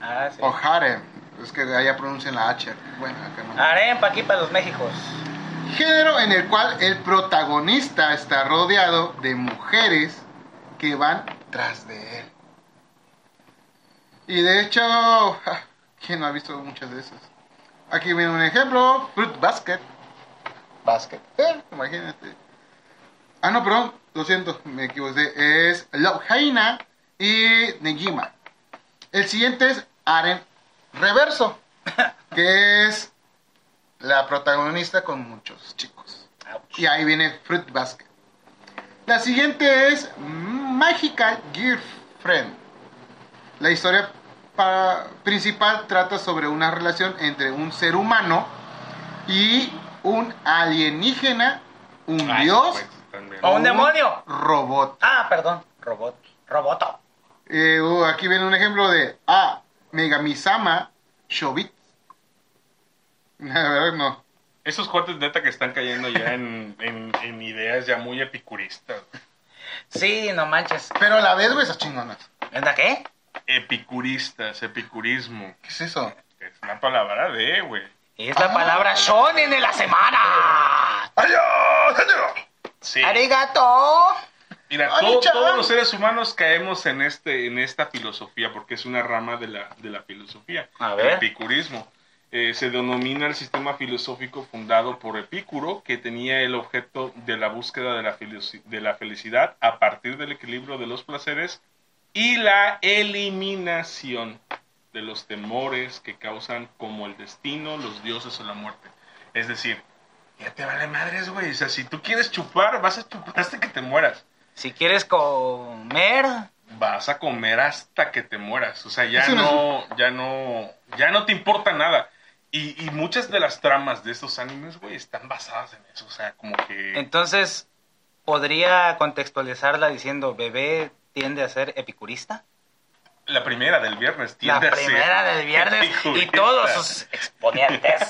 S7: Ah, sí.
S1: o Harem. Es que allá pronuncian la H. Bueno, acá no.
S5: Ah.
S7: Harem pa' aquí para los Méxicos.
S1: Género en el cual el protagonista está rodeado de mujeres que van tras de él. Y de hecho, [laughs] ja, ¿quién no ha visto muchas de esas? Aquí viene un ejemplo, Fruit Basket. Basket, eh, imagínate. Ah, no, perdón, lo siento, me equivoqué. Es Love Haina y Nejima. El siguiente es Aren Reverso, que es la protagonista con muchos chicos.
S7: Ouch.
S1: Y ahí viene Fruit Basket. La siguiente es Mágica Girlfriend. La historia pa- principal trata sobre una relación entre un ser humano y un alienígena, un
S4: Ah,
S1: dios
S4: pues, también.
S1: Uh.
S7: ¿O un demonio?
S1: robot.
S7: Ah, perdón. Robot. Roboto.
S1: Eh, uh, aquí viene un ejemplo de ah, A. Megamisama Shobit. [laughs] La verdad no.
S4: Esos cuates neta que están cayendo ya en, en- en ideas ya muy epicuristas.
S7: Sí, no manches.
S1: Pero a la vez, güey, esas chingonas.
S7: ¿En la qué?
S4: Epicuristas, epicurismo.
S1: ¿Qué es eso?
S4: Es una palabra de, güey.
S7: Es la
S1: Ah.
S7: palabra shonen de la semana.
S4: Sí.
S7: Arigato.
S4: Mira,
S1: Ay,
S4: todo-
S1: chaval.
S4: todos los seres humanos caemos en este, en esta filosofía, porque es una rama de la, de la filosofía,
S7: A
S4: el
S7: ver.
S4: epicurismo. Eh, se denomina el sistema filosófico fundado por Epicuro, que tenía el objeto de la búsqueda de la, felici- de la felicidad a partir del equilibrio de los placeres y la eliminación de los temores que causan como el destino, los dioses o la muerte. Es decir, ya te vale madres, güey. O sea, si tú quieres chupar, vas a chupar hasta que te mueras
S7: Si quieres comer,
S4: vas a comer hasta que te mueras. O sea, ya
S1: Eso no
S4: no, ya no, ya no te importa nada. Y, y muchas de las tramas de estos animes, güey, están basadas en eso. O sea, como que
S7: entonces podría contextualizarla diciendo bebé tiende a ser epicurista.
S4: la primera del viernes
S7: La
S4: tiende a ser
S7: primera del viernes y
S4: epicurista.
S7: todos sus exponentes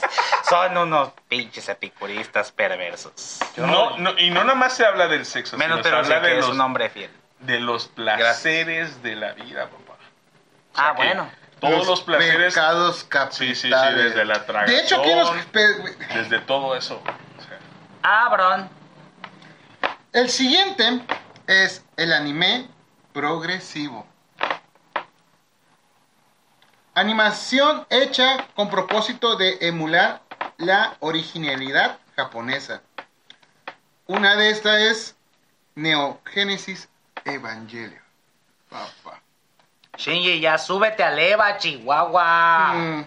S7: son unos pinches epicuristas perversos.
S4: No, no, y no nada más se habla del sexo,
S7: Menos
S4: sino se
S7: pero sé
S4: habla
S7: que
S4: de
S7: es
S4: los,
S7: un hombre fiel.
S4: de los placeres de la vida, papá. O sea
S7: Ah,
S4: que
S7: bueno.
S4: Todos los, placeres,
S1: Pecados
S4: Sí, sí,
S1: capitales.
S4: sí, desde la tragazón.
S1: De hecho, aquí los pe-
S4: desde todo eso. güey. O sea,
S7: Abrón.
S1: El siguiente es el anime progresivo. Animación hecha con propósito de emular la originalidad japonesa. Una de estas es Neogénesis Evangelio. Papá.
S7: Shinji, ya súbete a Leva,
S6: Ah.
S7: Chihuahua.
S1: Mm,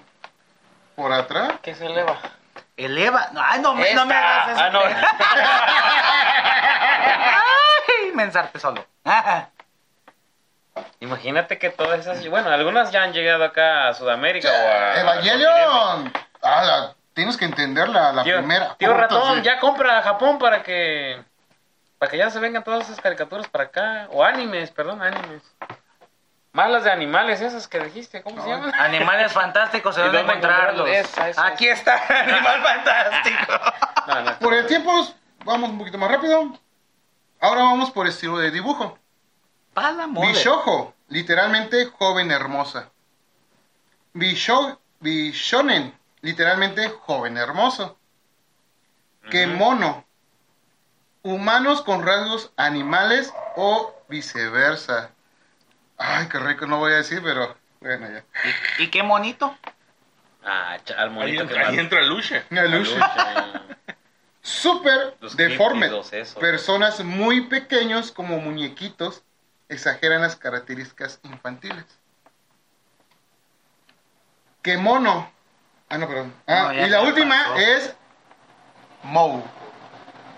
S1: Por atrás.
S6: ¿Qué se eleva?
S7: Eleva. No, ay, no, me- no me
S6: Esta.
S7: hagas eso.
S6: Ah, no.
S7: [laughs] Ay, mensarte solo. [laughs]
S6: Imagínate que todas esas. Bueno, algunas ya han llegado acá a Sudamérica o a.
S1: Evangelion. Ah, la- tienes que entender la, la
S6: Tío,
S1: primera.
S6: tío
S1: Puta,
S6: ratón,
S1: sí.
S6: ya compra a Japón para que Para que ya se vengan todas esas caricaturas para acá. O animes, perdón, animes. Malas de animales esas que dijiste, ¿cómo se [laughs] llaman?
S7: [laughs] Animales fantásticos, ¿se
S6: ¿Y
S7: dónde
S6: dónde
S7: encontrarlos?
S6: encontrarlos? Esa, esa,
S7: Aquí está, [laughs] animal fantástico.
S6: No, no.
S1: Por el tiempo, vamos un poquito más rápido. Ahora vamos por estilo de dibujo.
S7: Pala mole.
S1: Bishojo, literalmente joven hermosa. Bisho, bishonen, literalmente joven hermoso. Que mono, humanos con rasgos animales o viceversa. Ay, qué rico, no voy a decir, pero bueno, ya.
S7: ¿Y qué monito?
S6: Ah, cha- al
S4: Ahí
S6: monito que
S4: entra, ahí entra Luche.
S1: Una luz.
S6: Lucha.
S1: Super
S6: Los
S1: deformes.
S6: críptidos esos.
S1: Personas muy pequeños como muñequitos exageran las características infantiles. Que mono. Ah, no, perdón. Ah,
S7: No, ya
S1: y
S7: se
S1: la
S7: me
S1: última
S7: pasó.
S1: es Mou o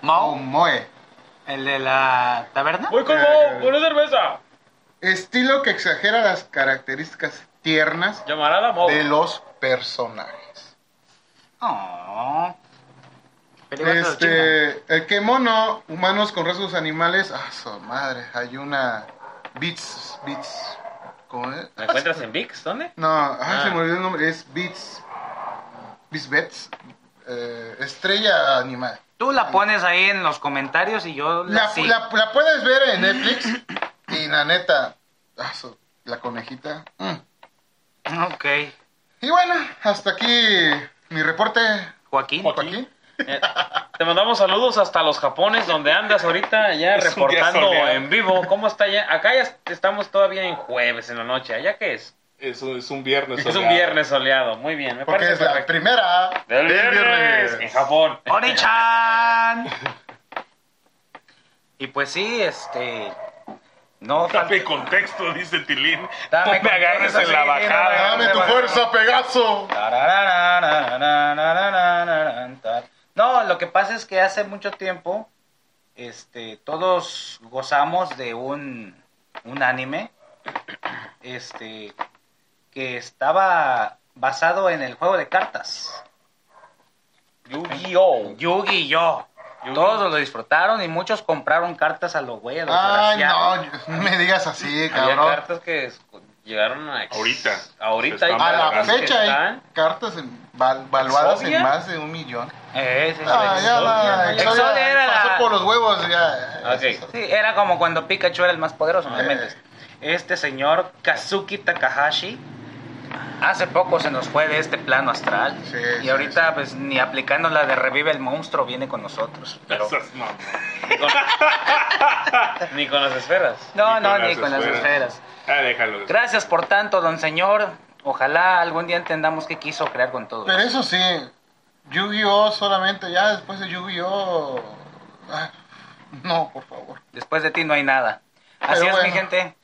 S7: Mau,
S1: Moe.
S7: el de la taberna.
S6: Voy con Mo, con una cerveza.
S1: Estilo que exagera las características tiernas
S6: Llamarada Mo.
S1: de los personajes.
S7: Oh. Pero igual se lo chingan.
S1: Este, el que mono, humanos con rasgos animales. Ah, su madre. Hay una. Beats. Beats. ¿Cómo es?
S6: ¿Me encuentras en VIX? ¿Dónde?
S1: No, ay,
S6: Ah.
S1: se me olvidó el nombre, es Beats. Beats Bets. eh, estrella animal.
S7: Tú la pones ahí en los comentarios y yo la,
S1: La,
S7: sigo.
S1: la- la puedes ver en Netflix y la neta, ah, su- la conejita. mm.
S7: [laughs] Ok.
S1: Y bueno, hasta aquí mi reporte,
S7: Joaquín.
S1: Joaquín.
S6: Eh, te mandamos saludos hasta los Japones, donde andas ahorita ya
S4: Es un día
S6: reportando
S4: soleado.
S6: en vivo. ¿Cómo está ya? Acá ya estamos todavía en jueves en la noche. ¿Allá qué es?
S4: Eso es un viernes.
S6: Es un
S4: soleado.
S6: viernes soleado. Muy bien, me
S1: Porque
S6: parece
S1: es la
S6: perfecto.
S1: primera
S6: Del viernes en Japón.
S7: ¡Ori-chan! Y pues sí, este. No,
S4: Dame
S7: falta-
S4: contexto, dice Tilín.
S7: Dame
S4: no me agarres
S7: contexto,
S4: en la
S7: sí,
S4: bajada.
S7: no
S1: Dame tu fuerza, Pegaso.
S7: No, lo que pasa es que hace mucho tiempo este, todos gozamos de un, un anime este, que estaba basado en el juego de cartas.
S6: Yu-Gi-Oh!
S7: Yu-Gi-Oh!
S6: Yu-Gi-Oh.
S7: Todos lo disfrutaron y muchos compraron cartas a los güeyes. a los
S1: Ay,
S7: desgraciados.
S1: no, no me digas así,
S6: Había
S1: cabrón.
S6: cartas que es- llegaron a...
S4: Ahorita. Se
S6: Ahorita. hay
S4: están
S1: A la
S6: cartas que
S1: fecha hay
S6: están-
S1: cartas en- val- valuadas
S6: ¿Exodia?
S1: en más de un millón.
S7: Eh, sí, sí,
S1: Ah,
S7: sí.
S1: ya la
S7: Exodia
S1: Exodia
S7: era la-
S1: pasó por los huevos, ya.
S6: Ok.
S7: Sí, era como cuando Pikachu era el más poderoso, no te mentes. Este señor Kazuki Takahashi hace poco se nos fue de este plano astral
S1: Sí,
S7: y
S1: sí,
S7: ahorita pues ni aplicando la de revive el monstruo viene con nosotros. Pero
S4: Esas mamás.
S6: Ni con-
S1: ¿eh?
S6: Ni con las esferas.
S7: no,
S4: ni
S7: no,
S4: con
S7: ni
S4: las
S7: con las
S4: esferas.
S7: esferas.
S4: Ah, déjalo.
S7: Gracias por tanto, don señor. Ojalá algún día entendamos qué quiso crear con todo.
S1: Pero eso sí, Yu-Gi-Oh solamente, ya después de Yu-Gi-Oh... ah, No, por favor.
S7: Después de ti no hay nada. Así
S1: Pero
S7: es, mi
S1: bueno.
S7: gente.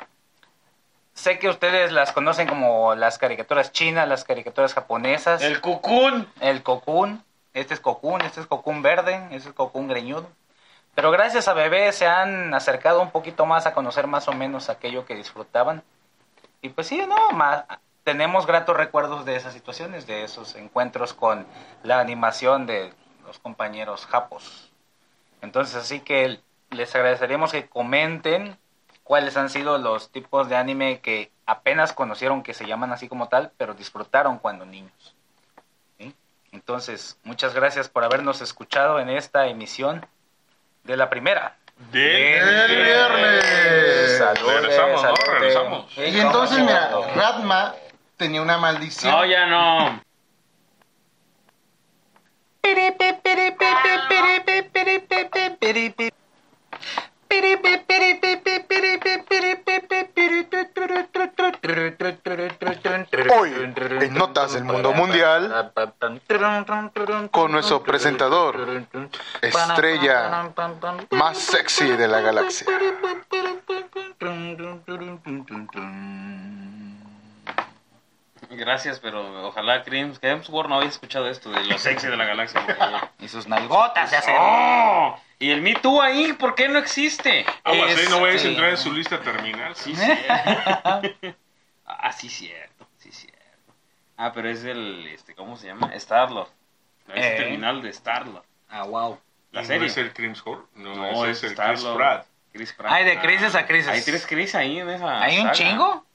S7: Sé que ustedes las conocen como las caricaturas chinas, las caricaturas japonesas.
S6: El cucún.
S7: El cocún, este es cocún, este es cocún verde, este es cocún greñudo. Pero gracias a Bebé se han acercado un poquito más a conocer más o menos aquello que disfrutaban. Y pues sí, no, más, tenemos gratos recuerdos de esas situaciones, de esos encuentros con la animación de los compañeros japos. Entonces, así que les agradeceríamos que comenten cuáles han sido los tipos de anime que apenas conocieron que se llaman así como tal, pero disfrutaron cuando niños. ¿sí? Entonces, muchas gracias por habernos escuchado en esta emisión de la primera.
S1: ¡El viernes!
S7: Saludos,
S4: Regresamos, ¿no?
S7: saludos.
S4: Regresamos.
S7: Sí,
S1: Y entonces,
S7: cómo
S1: mira,
S7: no.
S1: Ratma tenía una maldición.
S6: No, ya no.
S1: Hoy, en Notas del Mundo Mundial, con nuestro presentador, estrella más sexy de la galaxia.
S6: Gracias, pero ojalá Crims- que Hemsworth no había escuchado esto de lo sexy de la galaxia. por favor.
S4: [laughs]
S7: Y sus nalgotas se hacen.
S6: ¡Oh! Y el Me Too ahí, ¿por qué no existe?
S4: Aguas, eh, no vayas
S7: Este-
S4: a entrar en su lista terminal.
S6: Sí,
S7: ¿eh?
S6: cierto. ah, sí, cierto. Sí, cierto. Ah, pero es el, este, ¿cómo se llama? Starlord. Es
S7: Eh.
S6: el terminal de Starlord.
S7: Ah, wow.
S6: La
S4: ¿Y no
S6: serie.
S4: es el Crims Hall? No,
S6: No,
S4: ese
S6: es
S4: es el Chris
S6: Star-Lord.
S4: Pratt.
S6: Chris Pratt.
S7: Ay, de crisis a crisis.
S6: Hay tres Chris ahí en esa.
S7: ¿Hay un
S6: saga.
S7: chingo?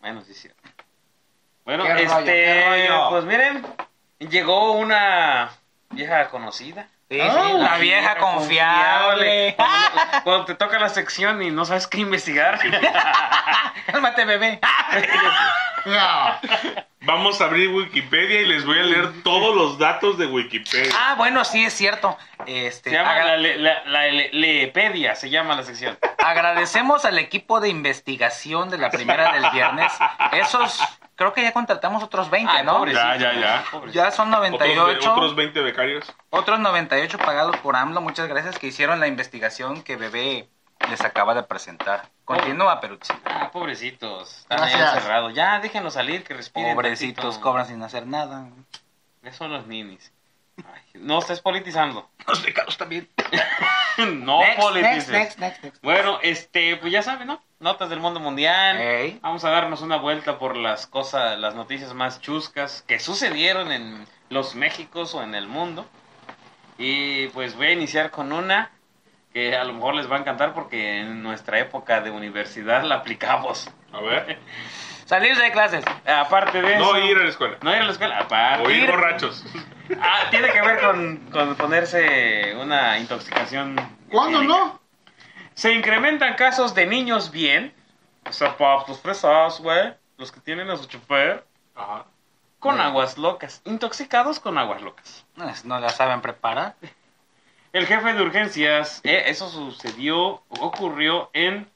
S6: Bueno, sí, sí. Bueno,
S7: ¿Qué rollo,
S6: este.
S7: qué rollo?
S6: Pues miren, llegó una vieja conocida.
S7: Sí,
S1: Ah,
S7: sí, la
S6: Una
S7: vieja confiable.
S6: Cuando, cuando te toca la sección y no sabes
S4: [laughs]
S6: qué investigar.
S7: [laughs] Cálmate, bebé.
S1: No.
S4: Vamos a abrir Wikipedia y les voy a leer todos los datos de Wikipedia.
S7: Ah, bueno, sí, es cierto. Este,
S6: Se llama
S7: agra-
S6: la, le- la- la le- Lepedia, se llama la sección.
S7: agradecemos al equipo de investigación de la primera del viernes. Esos, creo que ya contratamos otros 20,
S6: Ay,
S7: ¿no?
S6: pobrecito,
S4: Ya, ya, ya.
S6: pobrecito.
S7: Ya son
S4: Otros,
S7: 98.
S4: ve- otros 20 becarios.
S7: Otros 98 pagados por AMLO, muchas gracias, que hicieron la investigación que Bebé les acaba de presentar. Continúa, Peruchi.
S6: Ah, pobrecitos. Están ahí
S1: Gracias.
S6: encerrados. Ya, déjenlos salir, que respiren.
S7: Pobrecitos,
S6: tantito.
S7: cobran sin hacer nada.
S6: Ya son los ninis. Ay, no estés politizando.
S4: [laughs] Los becaros también.
S6: No
S7: Next,
S6: politices.
S7: next, next, next, next.
S6: Bueno, este, pues ya saben, ¿no? Notas del mundo mundial.
S7: Ey.
S6: Vamos a darnos una vuelta por las cosas, las noticias más chuscas que sucedieron en los Méxicos o en el mundo. Y pues voy a iniciar con una que a lo mejor les va a encantar porque en nuestra época de universidad la aplicamos.
S4: A ver.
S7: Salir de clases.
S6: Aparte de eso.
S4: No ir a la escuela.
S6: no ir a la escuela. Aparte.
S4: O ir borrachos.
S6: Ah, tiene que ver con, con ponerse una intoxicación.
S1: ¿Cuándo
S6: etílica.
S1: no?
S6: Se incrementan casos de niños bien. O sea, pa, pues fresados, güey. Los que tienen a su chofer.
S4: Ajá.
S6: Con aguas locas. Intoxicados con aguas locas.
S7: No, es- No la saben preparar.
S6: El jefe de urgencias. eh, eso sucedió, ocurrió en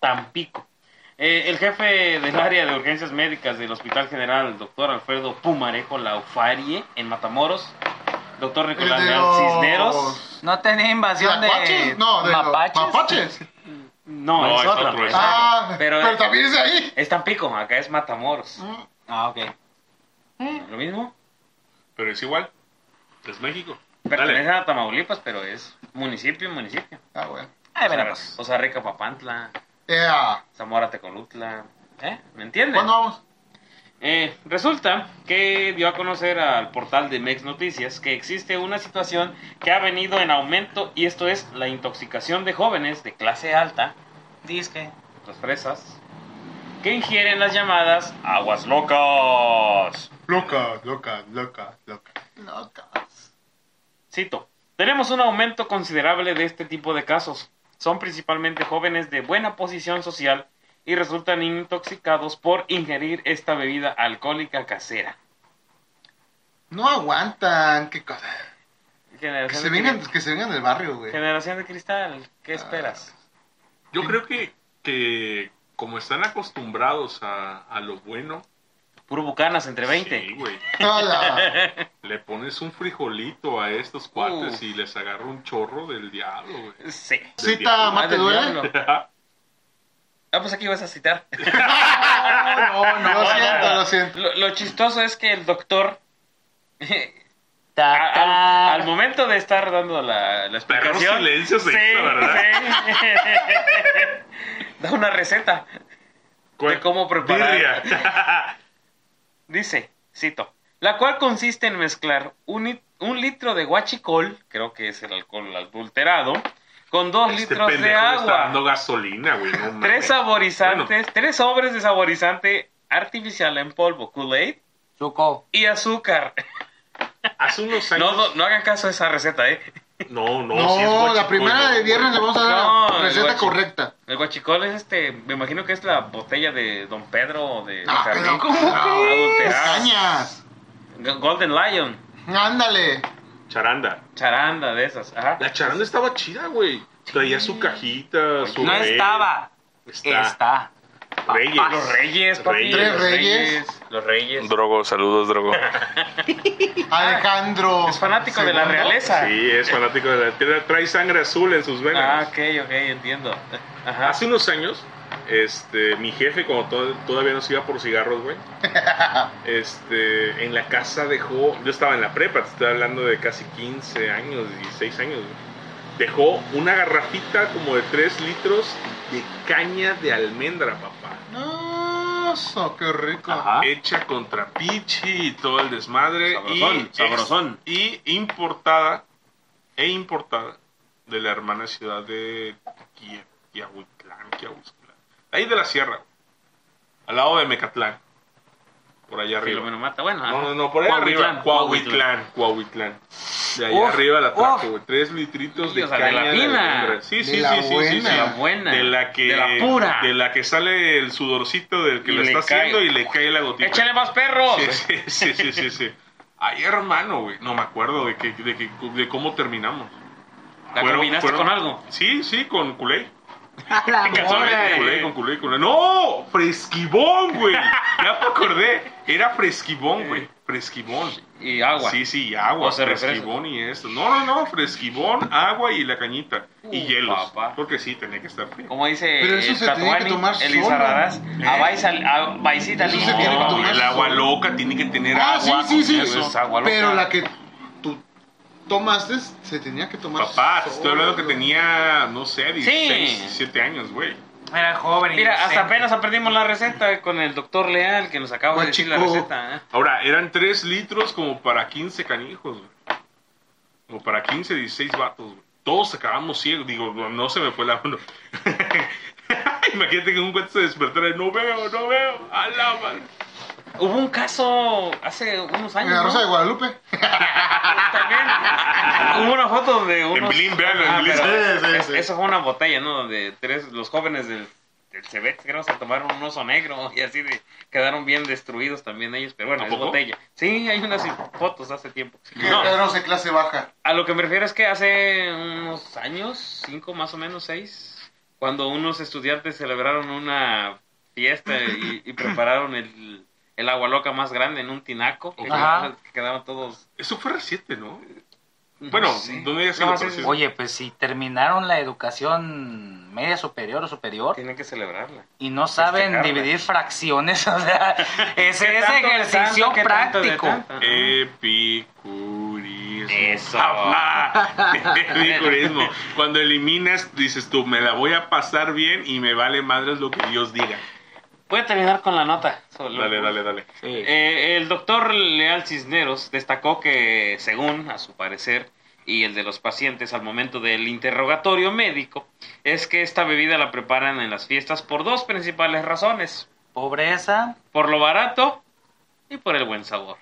S6: Tampico. Eh, el jefe del área de urgencias médicas del Hospital General, el doctor Alfredo Pumarejo Laufarie, en Matamoros. Doctor
S1: El
S6: Nicolás
S1: de
S6: Leal
S1: los...
S6: Cisneros.
S7: No tenía invasión de,
S1: ¿Tlacuaches? No, de
S7: mapaches.
S1: los mapaches.
S6: No,
S4: No,
S6: es,
S4: es
S6: otra.
S4: otro, es
S6: otra.
S1: Ah,
S6: pero,
S1: pero, también es de ahí.
S6: es Tampico, acá es Matamoros.
S7: Ah, ok.
S6: Lo mismo.
S4: Pero es igual. Es México.
S6: Pertenece
S4: Dale.
S6: a Tamaulipas, pero es municipio, municipio.
S1: Ah, bueno.
S7: Ahí
S6: O sea,
S7: veremos.
S6: O sea, Rica Papantla,
S1: Eh,
S6: Zamora Tecolutla. ¿Eh? ¿Me entienden?
S1: ¿Cuándo vamos?
S6: Eh, resulta que dio a conocer al portal de Mex Noticias que existe una situación que ha venido en aumento y esto es la intoxicación de jóvenes de clase alta,
S7: Disque.
S6: los fresas, que ingieren las llamadas aguas locas.
S1: Loca, loca, loca, loca. Loca.
S6: Cito, tenemos un aumento considerable de este tipo de casos. Son principalmente jóvenes de buena posición social y resultan intoxicados por ingerir esta bebida alcohólica casera.
S1: No aguantan, qué cosa. Que
S6: Generación,
S1: se
S6: de,
S1: vengan, Ah.
S6: cri-
S1: que se vengan del barrio, güey.
S6: generación de cristal, ¿qué esperas?
S4: Yo creo que, que como están acostumbrados a, a lo bueno.
S6: Puro bucanas entre 20.
S4: Sí, güey.
S6: [laughs]
S1: Hola.
S4: Le pones un frijolito a estos cuates
S6: Uf.
S4: y les agarra un chorro del diablo,
S6: [laughs]
S4: güey.
S6: Sí.
S1: Cita,
S6: Ah,
S1: ¿más te
S6: del
S1: duele?
S6: diablo. Ah, pues aquí vas a citar.
S1: No, no, lo siento, lo siento.
S6: Lo, lo chistoso es que el doctor, [laughs]
S7: Ta,
S6: a-
S7: ta.
S6: al, al momento de estar dando la, la
S4: Perro
S6: explicación,
S4: silencio se hizo, ¿verdad?
S6: sí. [laughs] da una receta. de cómo preparar. [laughs]
S4: Birria.
S6: Dice, cito, la cual consiste en mezclar un, lit- un litro de guachicol, creo que es el alcohol adulterado, con dos
S4: Este
S6: litros
S4: pendejo
S6: de
S4: le está dando
S6: agua,
S4: gasolina, güey. no mames.
S6: tres saborizantes, tres sobres de saborizante artificial en polvo, Kool-Aid
S7: Chuco.
S6: y azúcar.
S4: Hace unos
S6: No,
S4: años.
S6: no, no hagan caso a esa receta, ¿eh?
S4: No, no, sí es
S1: No,
S4: guachicol,
S1: la primera
S4: no,
S1: de viernes le
S4: güey.
S1: vamos a dar
S6: No,
S1: la receta
S6: guachi-
S1: correcta.
S6: El guachicol es este, me imagino que es la botella de Don Pedro o de
S1: Ah,
S6: Jardín.
S1: pero ¿cómo crees?
S6: Adulterada.
S1: Cañas.
S6: G- Golden Lion,
S1: Ándale.
S4: Charanda.
S6: charanda de esas. Ajá.
S4: La charanda estaba chida, güey. Traía su cajita, su.
S7: No
S4: rey.
S7: estaba.
S4: Está.
S7: Está.
S4: Reyes.
S6: Los reyes,
S4: Reyes.
S6: papi.
S1: Tres
S6: Los
S1: reyes.
S6: Los reyes.
S9: Drogo, saludos, Drogo.
S1: Alejandro.
S6: Es fanático de la
S1: Segundo.
S6: realeza.
S4: Sí, es fanático de la tierra. Trae sangre azul en sus venas.
S6: Ah, ok, ok, entiendo. Ajá.
S4: Hace unos años, este, mi jefe, cuando to- todavía nos iba por cigarros, güey, este, en la casa dejó, yo estaba en la prepa, te estoy hablando de casi 15 años, 16 años, güey, dejó una garrafita como de 3 litros de caña de almendra, papá.
S1: No, so, qué rico. Ah,
S6: Ah.
S7: Ajá.
S4: Hecha contra pichi y todo el desmadre.
S6: Sabrosón,
S4: y
S6: sabrosón.
S4: Y importada e importada de la hermana ciudad de Kiev, Kiahuitlán, Kiahuiztlán. Ahí de la sierra, al lado de Mecatlán, por allá arriba.
S6: Filomeno Mata, bueno.
S4: No,
S6: ajá.
S4: no, no, por ahí arriba. Coahuitlán, Coahuitlán. De allá
S6: Uf,
S4: arriba la trajo,
S6: uf.
S4: güey. Tres litritos
S6: Sí,
S4: de
S6: o sea, de la
S4: caña
S6: fina.
S4: almendra. Sí,
S1: De
S4: sí,
S1: la
S4: sí, sí, sí,
S1: buena.
S4: sí.
S6: De la buena.
S4: De la que...
S6: De la pura.
S4: De la que sale el sudorcito del que
S6: Y
S4: lo
S6: le
S4: está
S6: cae.
S4: haciendo y le cae la gotita.
S6: ¡Échale pues. más perros!
S4: Sí, sí, sí, sí, sí, sí. Ay, hermano, güey. No me acuerdo de, que, de, que, de cómo terminamos.
S6: ¿La
S4: Fueron-
S6: combinaste
S4: fueron-
S6: con algo?
S4: Sí, sí, con culé.
S6: ¡A la
S4: Con culé, con culé, con culé. ¡No! ¡Fresquibón, güey! ya me acordé. Era fresquibón, güey. Fresquibón.
S6: Y ah, agua.
S4: Sí, sí, y agua.
S6: O se refresca.
S4: fresquibón y esto. No, no, no. Fresquibón, agua y la cañita. y
S6: Uh,
S4: hielos.
S6: papá.
S4: Porque sí, tenía que estar frío.
S6: Como dice
S1: Pero eso
S6: el
S1: se tenía que
S6: Tatuani,
S1: tomar
S6: el
S1: solo.
S6: Izarradas, a
S4: Eh.
S6: Baisa, a Baisita
S1: Eso se
S6: limpia.
S1: tiene que
S4: No,
S1: tomar
S4: el agua
S1: solo.
S4: loca tiene que tener
S1: Ah, sí,
S4: agua.
S1: sí, sí.
S4: Eso es agua loca.
S1: Pero la que tú tomaste se tenía que tomar.
S4: Papá, te estoy hablando que
S1: solo.
S4: tenía, no sé, 16,
S6: Sí.
S4: 17 años, güey.
S7: Era joven.
S6: Mira, hasta
S7: inocente.
S6: apenas aprendimos la receta con el doctor Leal que nos acaba de decir la
S1: Guachico.
S6: receta. ¿eh?
S4: Ahora, eran 3 litros como para 15 canijos, güey. Como para 15, 16 vatos, güey. Todos acabamos ciegos. Digo, no, no se me fue la mano. [laughs] Imagínate que un cuento se despertara y no veo, no veo. A la madre.
S6: Hubo un caso hace unos
S1: En
S6: años.
S1: la
S6: ¿no?
S1: Rosa de Guadalupe.
S6: También [laughs] hubo una foto de unos...
S4: En Belín, véanlo, en
S6: Ah,
S4: Belín.
S6: pero
S1: Sí, sí,
S6: es-
S1: sí.
S6: Eso fue una botella, ¿no? Donde tres, los jóvenes del, del Cebet, creo, se tomaron un oso negro [laughs] y así de, quedaron bien destruidos también ellos. Pero bueno,
S4: ¿A
S6: es
S4: poco?
S6: botella. Sí, hay unas fotos hace tiempo. No,
S1: Guerreros de clase baja.
S6: A lo que me refiero es que hace unos años, cinco más o menos, seis, cuando unos estudiantes celebraron una fiesta y, y prepararon el, el agua loca más grande en un tinaco, que,
S7: Ajá.
S6: que quedaban todos...
S4: Eso fue reciente, ¿no? Bueno,
S6: Sí.
S4: ¿dónde ya se
S6: No,
S4: lo
S6: sí,
S4: procesó?
S7: Oye, pues si terminaron la educación media superior o superior
S6: Tienen que celebrarla.
S7: y no saben
S6: Festejarla.
S7: dividir fracciones, [laughs] o sea, ese
S6: ¿Qué
S7: es
S6: tanto de
S7: ejercicio
S6: tanto, qué tanto de
S7: práctico.
S6: tanto? Ajá.
S4: Epicurismo.
S6: Eso.
S4: Papá. [laughs] Epicurismo. Cuando eliminas, dices tú, me la voy a pasar bien y me vale madres lo que Dios diga.
S6: Voy a terminar con la nota. solo.
S4: Dale, dale, dale.
S7: Sí.
S6: Eh, el doctor Leal Cisneros destacó que, según a su parecer, y el de los pacientes al momento del interrogatorio médico, es que esta bebida la preparan en las fiestas por dos principales razones.
S7: Pobreza,
S6: Por lo barato y por el buen sabor.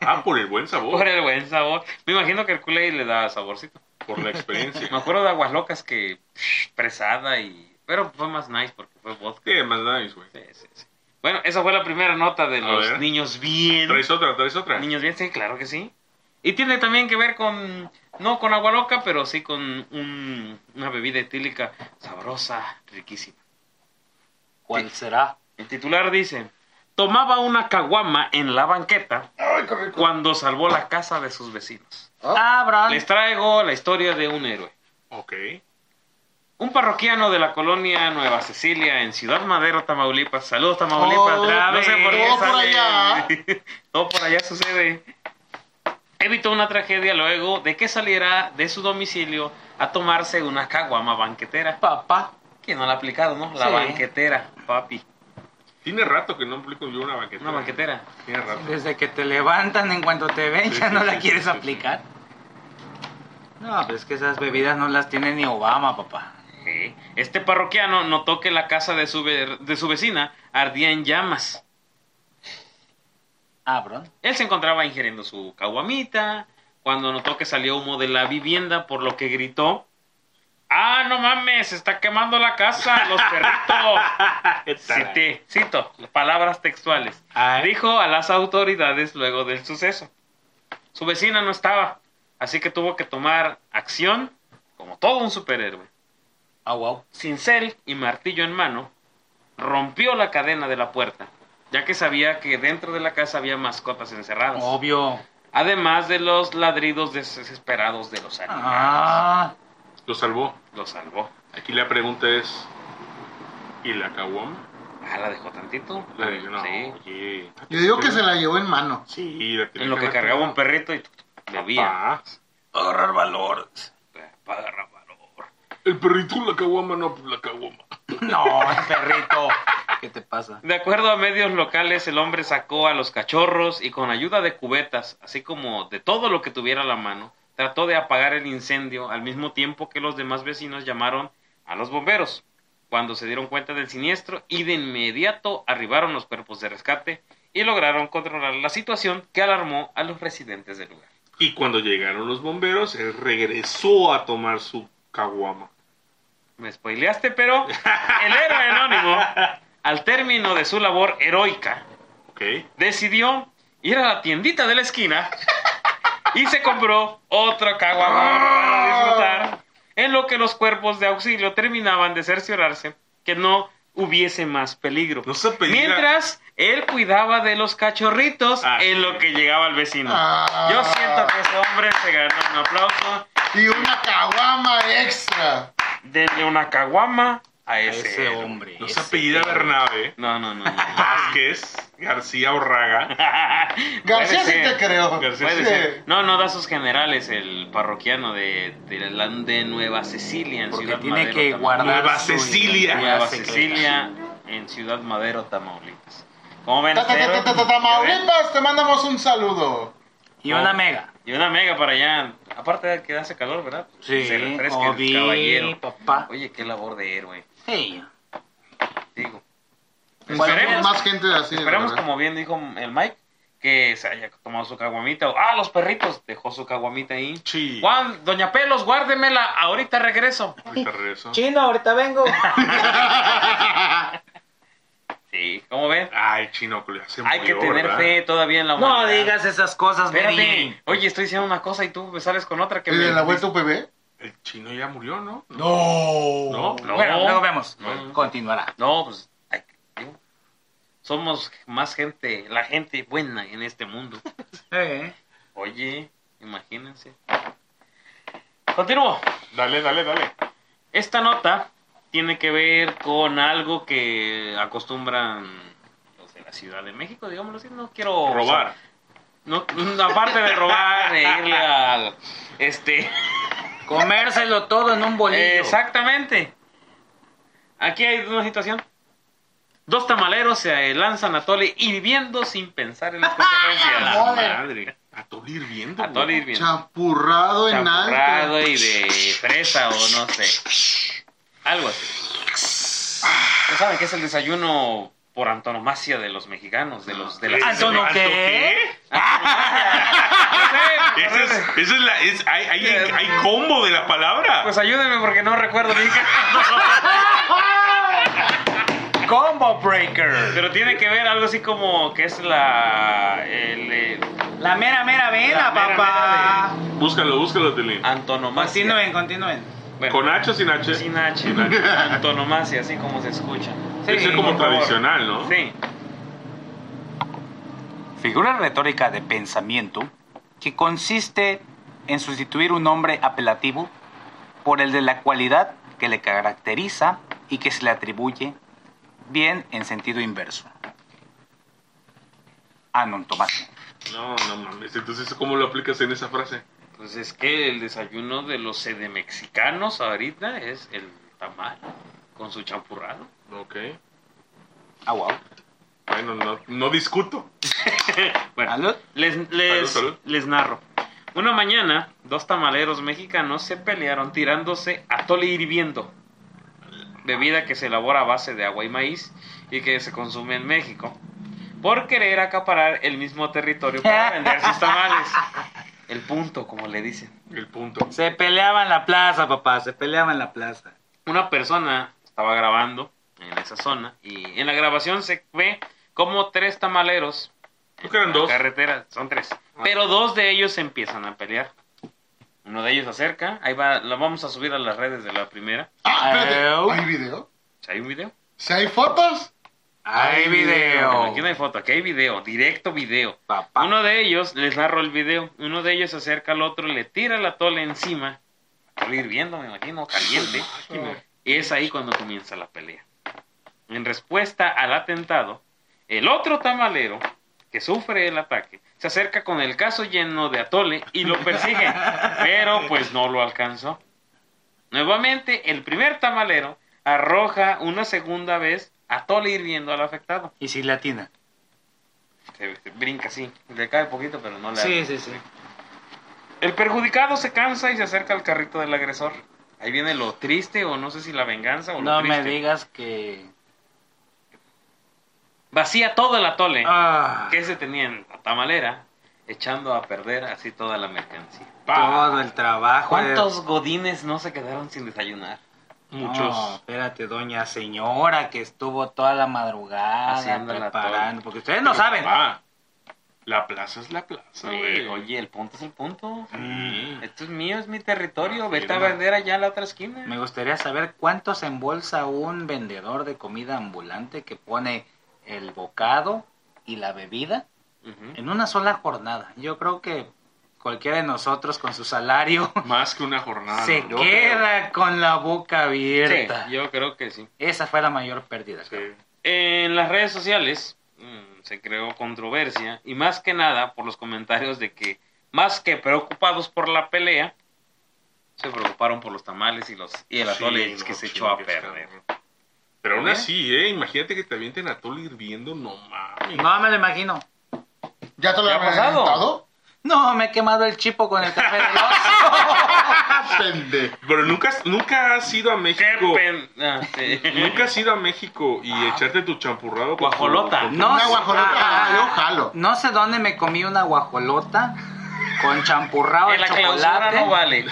S4: Ah, por el buen
S6: Por
S4: sabor,
S6: el buen sabor. Me imagino que el Kool-Aid le da saborcito.
S4: por la experiencia.
S6: [laughs] Me acuerdo de Aguas Locas que... psh, presada y... Pero fue más nice porque fue vodka.
S4: Sí, más nice, güey.
S6: Sí, sí, sí. Bueno, esa fue la primera nota de
S4: A
S6: los
S4: ver.
S6: niños bien.
S4: ¿Traes otra? ¿Traes otra?
S6: Niños bien, sí, claro que sí. Y tiene también que ver con, no con agua loca, pero sí con un- una bebida etílica sabrosa, riquísima.
S7: ¿cuál será?
S6: El titular dice, tomaba una caguama en la banqueta
S1: Ay, qué rico.
S6: cuando salvó la casa de sus vecinos.
S1: Ah.
S7: Abran.
S6: Les traigo la historia de un héroe.
S4: Ok.
S6: Un parroquiano de la colonia Nueva Cecilia en Ciudad Madero, Tamaulipas. Saludos, Tamaulipas.
S1: Oh,
S6: no sé por qué
S1: todo por
S6: sale-
S1: allá.
S6: [laughs] todo por allá sucede. Evitó una tragedia luego de que saliera de su domicilio a tomarse una caguama banquetera.
S7: Papá.
S6: ¿Quién no la ha aplicado, no? La
S7: Sí.
S6: banquetera, papi.
S4: Tiene rato que no aplico yo una banqueta.
S6: Una banquetera.
S4: Tiene rato.
S7: Desde que te levantan, en cuanto te ven,
S4: Sí,
S7: ya
S4: sí,
S7: no
S4: sí,
S7: la
S4: sí,
S7: quieres
S4: sí, sí.
S7: aplicar. No, pues es que esas bebidas no las tiene ni Obama, papá.
S6: Sí. Este parroquiano notó que la casa de su, ver- de su vecina ardía en llamas.
S7: Abron.
S6: Él se encontraba ingiriendo su caguamita cuando notó que salió humo de la vivienda, por lo que gritó: ¡Ah, no mames! ¡Se está quemando la casa! ¡Los perritos! Cité, cito, palabras textuales. Dijo a las autoridades luego del suceso. Su vecina no estaba, así que tuvo que tomar acción como todo un superhéroe.
S7: Ah, wow.
S6: Cincel y martillo en mano, rompió la cadena de la puerta, ya que sabía que dentro de la casa había mascotas encerradas.
S7: Obvio.
S6: Además de los ladridos desesperados de los animales.
S7: Ah.
S4: Lo salvó.
S6: Lo salvó.
S4: Aquí la pregunta es... ¿Y la caguama?
S6: Ah, la dejó tantito.
S4: La de- no,
S6: Sí.
S4: oye.
S1: Yo digo que se la llevó en mano.
S4: Sí, la Ah. tiene
S6: En lo que
S4: meter.
S6: cargaba un perrito y bebía.
S4: Papá.
S7: Ahorrar valor.
S6: Agarra valor.
S4: El perrito, la caguama, no, pues, la caguama.
S7: No, perrito. ¿Qué te pasa?
S6: De acuerdo a medios locales, el hombre sacó a los cachorros y con ayuda de cubetas, así como de todo lo que tuviera a la mano, trató de apagar el incendio al mismo tiempo que los demás vecinos llamaron a los bomberos. Cuando se dieron cuenta del siniestro y de inmediato arribaron los cuerpos de rescate y lograron controlar la situación que alarmó a los residentes del lugar.
S4: Y cuando llegaron los bomberos, él regresó a tomar su caguama.
S6: Me spoileaste, pero el héroe anónimo, al término de su labor heroica,
S4: ¿Ok?
S6: decidió ir a la tiendita de la esquina y se compró otro caguamón para disfrutar, en lo que los cuerpos de auxilio terminaban de cerciorarse que no hubiese más peligro.
S4: No se peligra.
S6: Mientras él cuidaba de los cachorritos
S4: Ah, sí.
S6: en lo que llegaba el vecino.
S1: Ah.
S6: Yo siento que ese hombre se ganó un aplauso.
S1: Y una caguama extra.
S6: Denle una caguama a ese,
S4: Ese
S6: héroe.
S4: hombre. No se apellida
S6: [laughs]
S4: Bernabe.
S6: No, no, no. no.
S4: Vázquez, García
S6: [laughs]
S4: Orraga.
S1: García sí
S6: Puede
S1: te
S6: ser.
S1: creo.
S4: García
S1: Sí.
S6: Puede ser. No, no da sus generales el parroquiano de, de, la- de Nueva Cecilia en
S7: Porque
S6: Ciudad
S7: tiene
S6: Madero.
S7: que
S6: Tamaulipas.
S7: guardar
S4: Nueva
S7: su
S4: Cecilia.
S7: identidad
S6: Nueva
S7: secreta.
S6: Cecilia en Ciudad Madero, Tamaulipas. ¿Cómo ven?
S1: Ta, ta, ta, ta, ta, ta,
S6: ¿Ya ven?
S1: Tamaulipas, te mandamos un saludo.
S7: Y una mega.
S6: Y una mega para allá. Aparte de que hace calor, ¿verdad? Se refresca el
S7: Obi,
S6: caballero.
S7: papá.
S6: Oye, qué labor de héroe.
S7: Hey.
S6: Digo.
S1: Esperemos
S6: Esperemos.
S1: más gente así. de
S6: Esperamos,
S1: verdad.
S6: como bien dijo el Mike, que se haya tomado su caguamita. o- Ah, los perritos. Dejó su caguamita ahí.
S4: Sí.
S6: Juan, Doña Pelos, guárdemela, ahorita regreso.
S4: Ahorita regreso.
S7: Chino, ahorita vengo.
S6: Sí, ¿cómo ven?
S4: Ay, chino, que le hace
S6: Hay que
S4: murió,
S6: tener
S4: ¿verdad?
S6: fe todavía en la humanidad.
S7: [laughs] no digas esas cosas, Benny.
S6: Espérate, oye, estoy diciendo una cosa y tú me sales con otra que
S1: ¿Y
S6: me...
S1: de la vuelta UPB?
S4: El chino ya murió, ¿no?
S1: No.
S4: No.
S6: No,
S7: Bueno, luego vemos.
S6: No.
S7: Continuará.
S6: No, pues... ay, digo, somos más gente, la gente buena en este mundo.
S7: Eh.
S6: Oye, imagínense. Continúo.
S4: Dale, dale, dale.
S6: Esta nota tiene que ver con algo que acostumbran los de la Ciudad de México, digámoslo así. No quiero...
S4: Robar.
S6: No, aparte de robar, de irle al. Este.
S7: Comérselo todo en un bolillo.
S6: Exactamente. Aquí hay una situación. Dos tamaleros se lanzan a Tole hirviendo sin pensar en las consecuencias.
S1: Madre.
S4: Madre. A todo hirviendo.
S6: A Tole
S4: güey.
S6: hirviendo.
S1: Champurrado en alto.
S6: Champurrado y de fresa o no sé. Algo así. ¿No saben qué es el desayuno por antonomasia de los mexicanos? De los de las
S4: Este,
S7: ¿Antono qué?
S6: [laughs] No sé,
S4: Esa es, esa es la. es- hay, hay,
S6: Eh,
S4: hay combo de la palabra.
S6: Pues ayúdenme porque no recuerdo bien qué-
S7: Combo Breaker.
S6: Pero tiene que ver algo así como que es la. El, eh,
S7: La mera, mera vena,
S6: La mera,
S7: papá.
S4: Búscalo, búscalo, Telín.
S6: antonomasia.
S7: Continúen, continúen.
S6: Bueno,
S4: ¿Con H o sin H?
S6: sin H. Antonomasia, así como se escucha.
S4: Eso es como
S6: por favor.
S4: tradicional, ¿no?
S6: Sí.
S7: Figura retórica de pensamiento que consiste en sustituir un nombre apelativo por el de la cualidad que le caracteriza y que se le atribuye, bien en sentido inverso. Ah, Anontomasia.
S4: No, no mames. Entonces, ¿cómo lo aplicas en esa frase?
S6: Pues es que el desayuno de los mexicanos ahorita es el tamal con su champurrado.
S4: Ok.
S7: Ah, wow.
S4: Bueno, no, no discuto.
S6: Bueno,
S7: Salud.
S6: Les, les,
S4: Salud, salud.
S6: les narro. Una mañana, dos tamaleros mexicanos se pelearon tirándose atole hirviendo. Bebida que se elabora a base de agua y maíz y que se consume en México. Por querer acaparar el mismo territorio para vender sus tamales. El punto, como le dicen.
S4: El punto.
S7: Se peleaba en la plaza, papá, se peleaba en la plaza.
S6: Una persona estaba grabando en esa zona y en la grabación se ve como tres tamaleros
S4: Creo que eran
S6: en la
S4: dos. Ah.
S6: carretera, son tres. Pero dos de ellos se empiezan a pelear. Uno de ellos se acerca, ahí va, la vamos a subir a las redes de la primera.
S1: Ah,
S7: Au.
S1: espérate. ¿Hay video?
S6: ¿Hay un video?
S1: ¿Si hay fotos?
S7: Hay
S6: Bueno,
S7: video.
S6: aquí no hay foto, aquí hay video, directo video.
S7: Papá.
S6: Uno de ellos, les narro el video, uno de ellos se acerca al otro, le tira la tole encima, tole hirviendo, me imagino, caliente. Y es ahí cuando comienza la pelea. En respuesta al atentado, el otro tamalero que sufre el ataque se acerca con el caso lleno de atole y lo persigue, pero pues no lo alcanzó. Nuevamente, el primer tamalero arroja una segunda vez atole hirviendo al afectado.
S7: Y si latina.
S6: Se, se brinca así, le cae poquito, pero no le hace.
S7: sí, sí.
S6: El perjudicado se cansa y se acerca al carrito del agresor. Ahí viene lo triste o no sé si la venganza o lo
S7: No me
S6: triste.
S7: digas que.
S6: Vacía todo el atole
S7: Ah,
S6: que se tenía en la tamalera, echando a perder así toda la mercancía.
S7: todo el trabajo. de-
S6: ¿Cuántos godines no se quedaron sin desayunar?
S4: Muchos.
S7: No, espérate, doña señora, que estuvo toda la madrugada
S6: Haciéndola
S7: preparando.
S6: toda.
S7: Porque ustedes no saben.
S4: Ah, la plaza es la plaza,
S6: Sí,
S4: güey.
S6: oye, el punto es el punto.
S4: Mm.
S6: Esto es mío, es mi territorio. Vete a
S4: Afirma.
S6: vender allá a la otra esquina.
S7: Me gustaría saber cuántos embolsa un vendedor de comida ambulante que pone el bocado y la bebida
S6: Ujú.
S7: en una sola jornada. Yo creo que cualquiera de nosotros con
S6: [laughs]
S7: su salario
S4: Más que una
S6: Ah,
S4: jornada.
S7: se
S4: ¿no?
S7: queda con la boca abierta.
S6: Sí, yo creo que sí.
S7: Esa fue la mayor pérdida. cabrón.
S6: En las redes sociales mm, se creó controversia y más que nada por los comentarios de que más que preocupados por la pelea, se preocuparon por los tamales y los y el
S4: Sí,
S6: atole
S4: no
S6: que se echó a
S4: chingues,
S6: perder.
S4: cabrón. Pero aún
S6: ¿Eh?
S4: así, eh, imagínate que te avienten atole hirviendo, no mames.
S7: No me lo imagino.
S1: ¿Ya te lo
S6: ¿Ya
S1: han
S6: ha pasado?
S1: reventado?
S7: No, me he quemado el chipo con el café
S6: [laughs]
S7: del oso.
S1: Ah, Pende.
S4: Pero nunca, has- nunca has ido a México.
S6: ¡Qué pen- ah,
S4: [laughs]
S6: sí.
S4: Nunca has ido a México y echarte tu champurrado con
S6: Ah. Guajolota.
S4: tu- con tu-
S7: No
S1: Una
S7: sé-
S1: guajolota,
S7: ah,
S1: yo jalo.
S7: No sé dónde me comí una guajolota con champurrado de
S6: En la clausura
S7: chocolate.
S6: no vale.
S4: [laughs]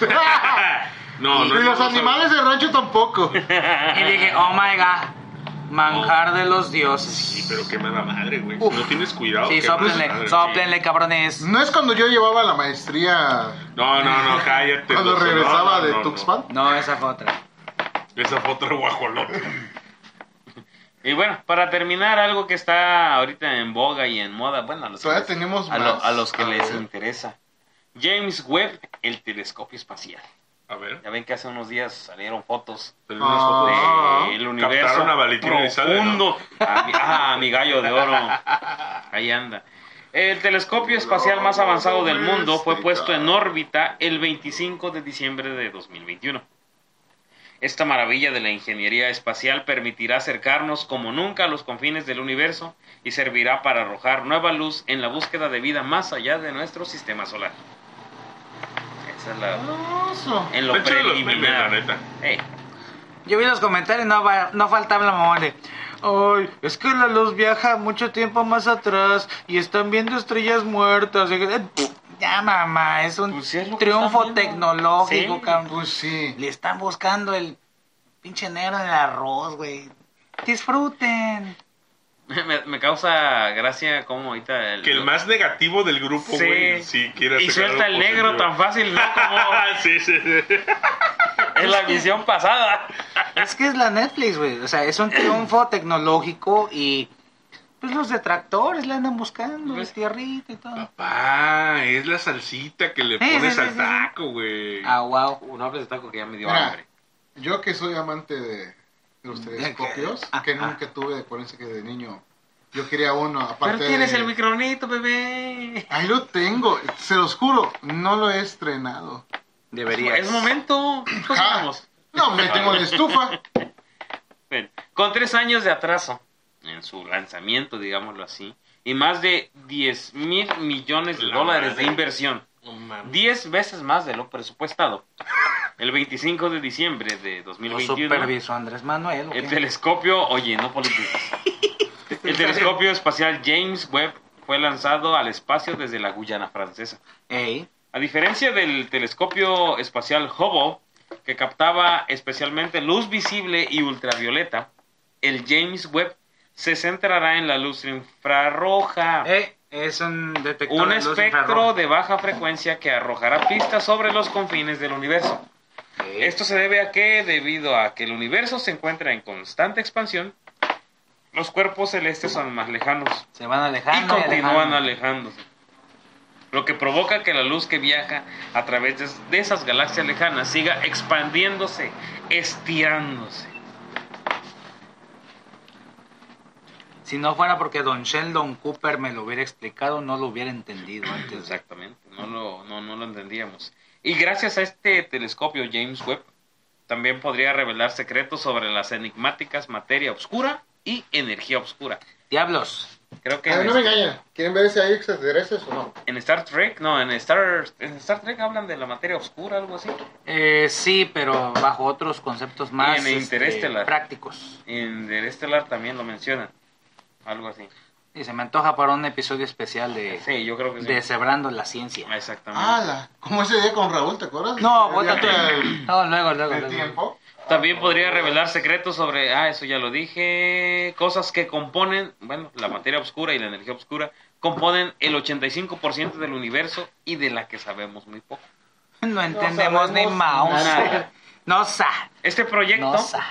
S4: No,
S1: y
S4: no,
S1: los
S4: no, no,
S1: animales de rancho tampoco.
S7: Y dije, oh my god, manjar de los
S4: Sí,
S7: dioses.
S4: pero quema la madre, güey.
S7: Uf.
S4: Si no tienes cuidado.
S7: Sí,
S4: quema la
S7: sóplenle,
S4: madre.
S7: sóplenle, cabrones.
S1: No es cuando yo llevaba la maestría,
S4: No, no, no, cállate.
S1: cuando
S4: Loso, no,
S1: regresaba
S4: no,
S1: de
S4: no, no.
S1: Tuxpan.
S7: No, esa fue otra.
S4: Esa fue otra guajolota.
S6: Y bueno, para terminar, algo que está ahorita en boga y en moda, bueno, a los
S1: Todavía
S6: que les,
S1: tenemos
S6: a, lo-
S1: más.
S6: a los que
S1: A
S6: les
S1: ver.
S6: interesa. James Webb, el telescopio espacial.
S4: A ver.
S6: Ya ven que hace unos días salieron fotos
S4: Pero unas fotos.
S1: Ah.
S6: del universo
S4: Captaron a Valentín Elizalde,
S6: profundo. A mi, ah, mi gallo
S4: [laughs]
S6: de oro. Ahí anda. El telescopio espacial más avanzado del mundo fue puesto en órbita el 25 de diciembre de 2021. Esta maravilla de la ingeniería espacial permitirá acercarnos como nunca a los confines del universo y servirá para arrojar nueva luz en la búsqueda de vida más allá de nuestro sistema solar. Esa es la...
S1: Eso.
S6: En lo
S4: Está chido los memes, la
S6: preliminar.
S4: neta.
S6: Ey,
S7: Yo vi los comentarios y no, va- no faltaba la mamá de, Ay, es que la luz viaja mucho tiempo más atrás y están viendo estrellas muertas. Y que- eh, pff, Ya, mamá, es un
S6: Pues sí, es lo que
S7: triunfo
S6: están viendo.
S7: tecnológico,
S6: Sí.
S7: cabrón.
S1: Pues sí.
S7: Le están buscando el pinche negro en el arroz, güey. Disfruten.
S6: Me, me causa gracia como ahorita el...
S4: Que el más negativo del grupo,
S6: Sí.
S4: güey, sí quiere
S6: Y
S4: sacar
S6: suelta el
S4: algo
S6: negro
S4: positivo. Ah,
S6: tan fácil, ¿no?
S4: [laughs]
S6: Como
S4: sí, sí, sí.
S6: en la visión pasada.
S7: Es que es la Netflix, güey. O sea, es un triunfo tecnológico y pues los detractores la andan buscando,
S6: Pues-
S7: es tierrita y todo.
S4: Papá, Ah, es la salsita que le
S7: Sí, sí,
S4: pones
S7: sí,
S4: al
S7: sí, sí.
S4: taco, güey.
S7: Ah, wow.
S6: Uh, no hables de taco que ya me dio
S1: Mira,
S6: hambre.
S1: Yo que soy amante de los telescopios,
S7: Ah,
S1: que
S7: ah.
S1: nunca tuve, acuérdense que de niño yo quería uno, aparte
S6: Pero tienes
S1: de-
S6: el micronito, bebé.
S1: Ahí lo tengo, se los juro, no lo he estrenado.
S7: Deberías.
S6: Es momento. Cocinamos.
S1: No, me tengo la estufa.
S6: Ven, Con tres años de atraso en su lanzamiento, digámoslo así, y más de 10 mil millones de
S4: La
S6: dólares de
S4: madre.
S6: inversión.
S4: No mames.
S6: 10 veces más de lo presupuestado. El 25 de diciembre de
S7: Lo
S6: 2021,
S7: supervisó Andrés Manuel. ¿o
S6: el
S7: qué?
S6: telescopio, oye, no politiques.
S7: [laughs]
S6: El telescopio espacial James Webb fue lanzado al espacio desde la Guyana francesa.
S7: Ey,
S6: A diferencia del telescopio espacial Hubble, que captaba especialmente luz visible y ultravioleta, el James Webb se centrará en la luz infrarroja.
S7: ey, es un detector
S6: Un
S7: de luz
S6: espectro
S7: infrarroja.
S6: de baja frecuencia que arrojará pistas sobre los confines del universo.
S7: Ey.
S6: Esto se debe a que, debido a que el universo se encuentra en constante expansión, los cuerpos celestes son más lejanos
S7: Se van
S6: y
S7: alejando.
S6: continúan
S7: alejando.
S6: alejándose, lo que provoca que la luz que viaja a través de- de esas galaxias lejanas siga expandiéndose, estirándose.
S7: Si no fuera porque Don Sheldon Cooper me lo hubiera explicado, no lo hubiera entendido antes.
S6: Exactamente, no lo, no, no lo entendíamos. Y gracias a este telescopio James Webb, también podría revelar secretos sobre las enigmáticas materia oscura y energía oscura.
S7: Diablos,
S6: Creo que
S1: A ver, no me
S6: en,
S1: engañen. ¿Quieren ver si hay extraterrestres o no?
S6: en Star Trek, no, en Star, en Star Trek hablan de la materia oscura, algo así.
S7: Eh, sí, pero bajo otros conceptos más este,
S6: en Interestelar.
S7: prácticos.
S6: En Estelar también lo mencionan, algo así.
S7: Y se me antoja para un episodio especial de,
S6: Sí, yo creo que sí.
S7: de Cebrando la Ciencia.
S6: Exactamente.
S1: Ah, la, como ese día con Raúl, ¿te acuerdas?
S7: No,
S1: El día
S7: bótate.
S1: del-
S7: No, luego, luego,
S1: del
S7: luego.
S1: tiempo.
S6: También
S1: [laughs]
S6: podría revelar secretos sobre, ah, eso ya lo dije, cosas que componen, bueno, la materia oscura y la energía oscura componen el 85% del universo y de la que sabemos muy poco.
S7: No entendemos ni
S1: sabemos
S7: mouse.
S6: nada.
S7: No sa.
S6: Este proyecto
S7: No sa.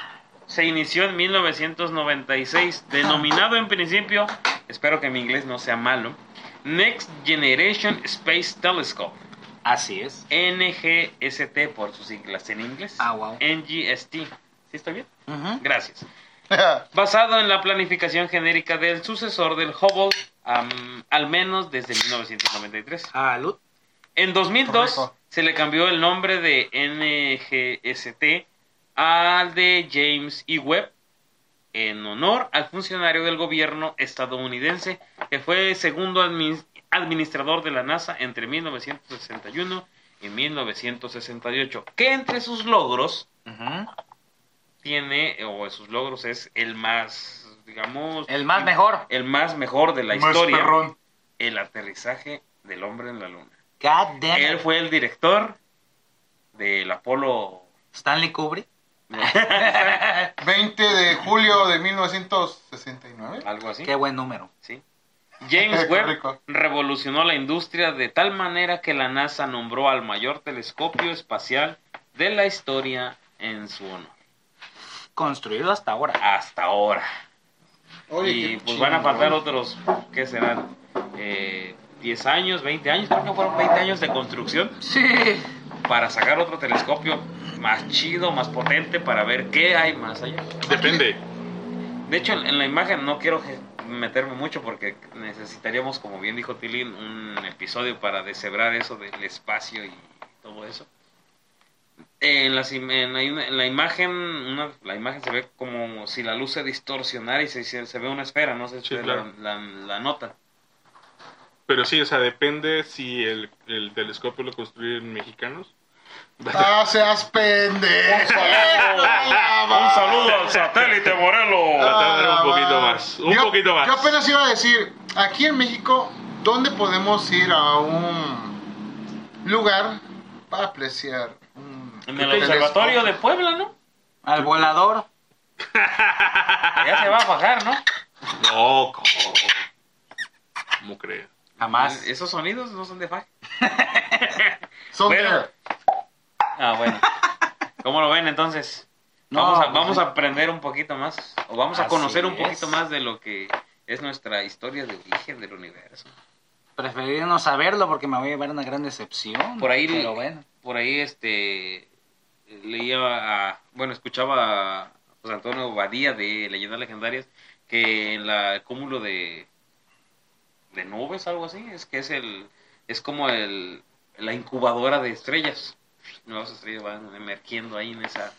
S6: se inició en 1996, denominado en principio, espero que mi inglés no sea malo, Next Generation Space Telescope,
S7: Así es.
S6: NGST por sus siglas en inglés.
S7: Ah, wow.
S6: NGST. ¿Sí está bien?
S7: Ujú.
S6: Gracias. basado en la planificación genérica del sucesor del Hubble, am, al menos desde 1993.
S7: Salud.
S6: En 2002
S1: Correcto.
S6: se le cambió el nombre de NGST al de James E. Webb en honor al funcionario del gobierno estadounidense que fue segundo admin- administrador de la NASA entre 1961 y 1968, que entre sus logros
S7: Ujú.
S6: tiene o de sus logros es el más, digamos,
S7: El más mejor.
S6: el más mejor de la
S4: Más
S6: historia,
S4: perrón.
S6: el aterrizaje del hombre en la luna.
S7: God damn
S6: Él
S7: it.
S6: fue el director del Apolo
S7: Stanley Kubrick.
S1: Ah, 20 de julio de 1969.
S6: algo así,
S7: Qué buen número.
S6: ¿sí?
S1: [laughs]
S6: James
S1: Qué
S6: Webb
S1: rico.
S6: revolucionó la industria de tal manera que la NASA nombró al mayor telescopio espacial de la historia en su honor.
S7: Construido hasta ahora.
S6: Hasta ahora.
S1: Oye,
S6: y
S1: qué
S6: pues van a
S1: chingón.
S6: faltar otros, ¿qué serán? Eh, 10 años, 20 años, creo que fueron 20 años de construcción
S7: Sí.
S6: para sacar otro telescopio más chido, más potente para ver qué hay más allá.
S9: Depende.
S6: De hecho, en, en la imagen no quiero je- meterme mucho porque necesitaríamos, como bien dijo Tilín, un episodio para deshebrar eso del espacio y todo eso. Eh, En la, sim- en la im- en la imagen una- la imagen se ve como si la luz se distorsionara y se, se- se ve una esfera, no sé si
S9: Sí,
S6: ustedes
S9: claro.
S6: la, la- la notan.
S9: Pero sí, o sea, depende si el, el telescopio lo construyen mexicanos.
S1: Ah, seas
S6: [laughs]
S1: pendejo. Un
S4: al satélite Morelos.
S9: Tratar de un poquito más, un
S1: Ah, yo,
S9: poquito más.
S1: Yo apenas iba a decir, aquí en México, ¿dónde podemos ir a un lugar para apreciar? un
S6: En el
S1: telescopio?
S6: observatorio de Puebla, ¿no?
S7: Al volador.
S6: Ya se va a bajar, ¿no?
S9: No, ¿cómo? ¿Cómo crees?
S7: Jamás.
S6: Esos sonidos no son de faje.
S1: Son
S6: Bueno.
S1: de-
S6: Ah, bueno. ¿Cómo lo ven entonces?
S7: No,
S6: vamos, a,
S7: pues,
S6: vamos
S7: sí.
S6: a aprender un poquito más, o vamos a
S7: Así
S6: conocer un poquito
S7: es.
S6: más de lo que es nuestra historia de origen del universo.
S7: Preferiría no saberlo porque me voy a llevar una gran decepción.
S6: Por ahí-
S7: Pero bueno.
S6: Por ahí, este, leía, a- bueno, escuchaba a José Antonio Badía de Leyendas Legendarias que en la- el cúmulo de, de nubes, algo así, es que es el, es como el, la incubadora de estrellas. Nuevas estrellas van emergiendo ahí en esa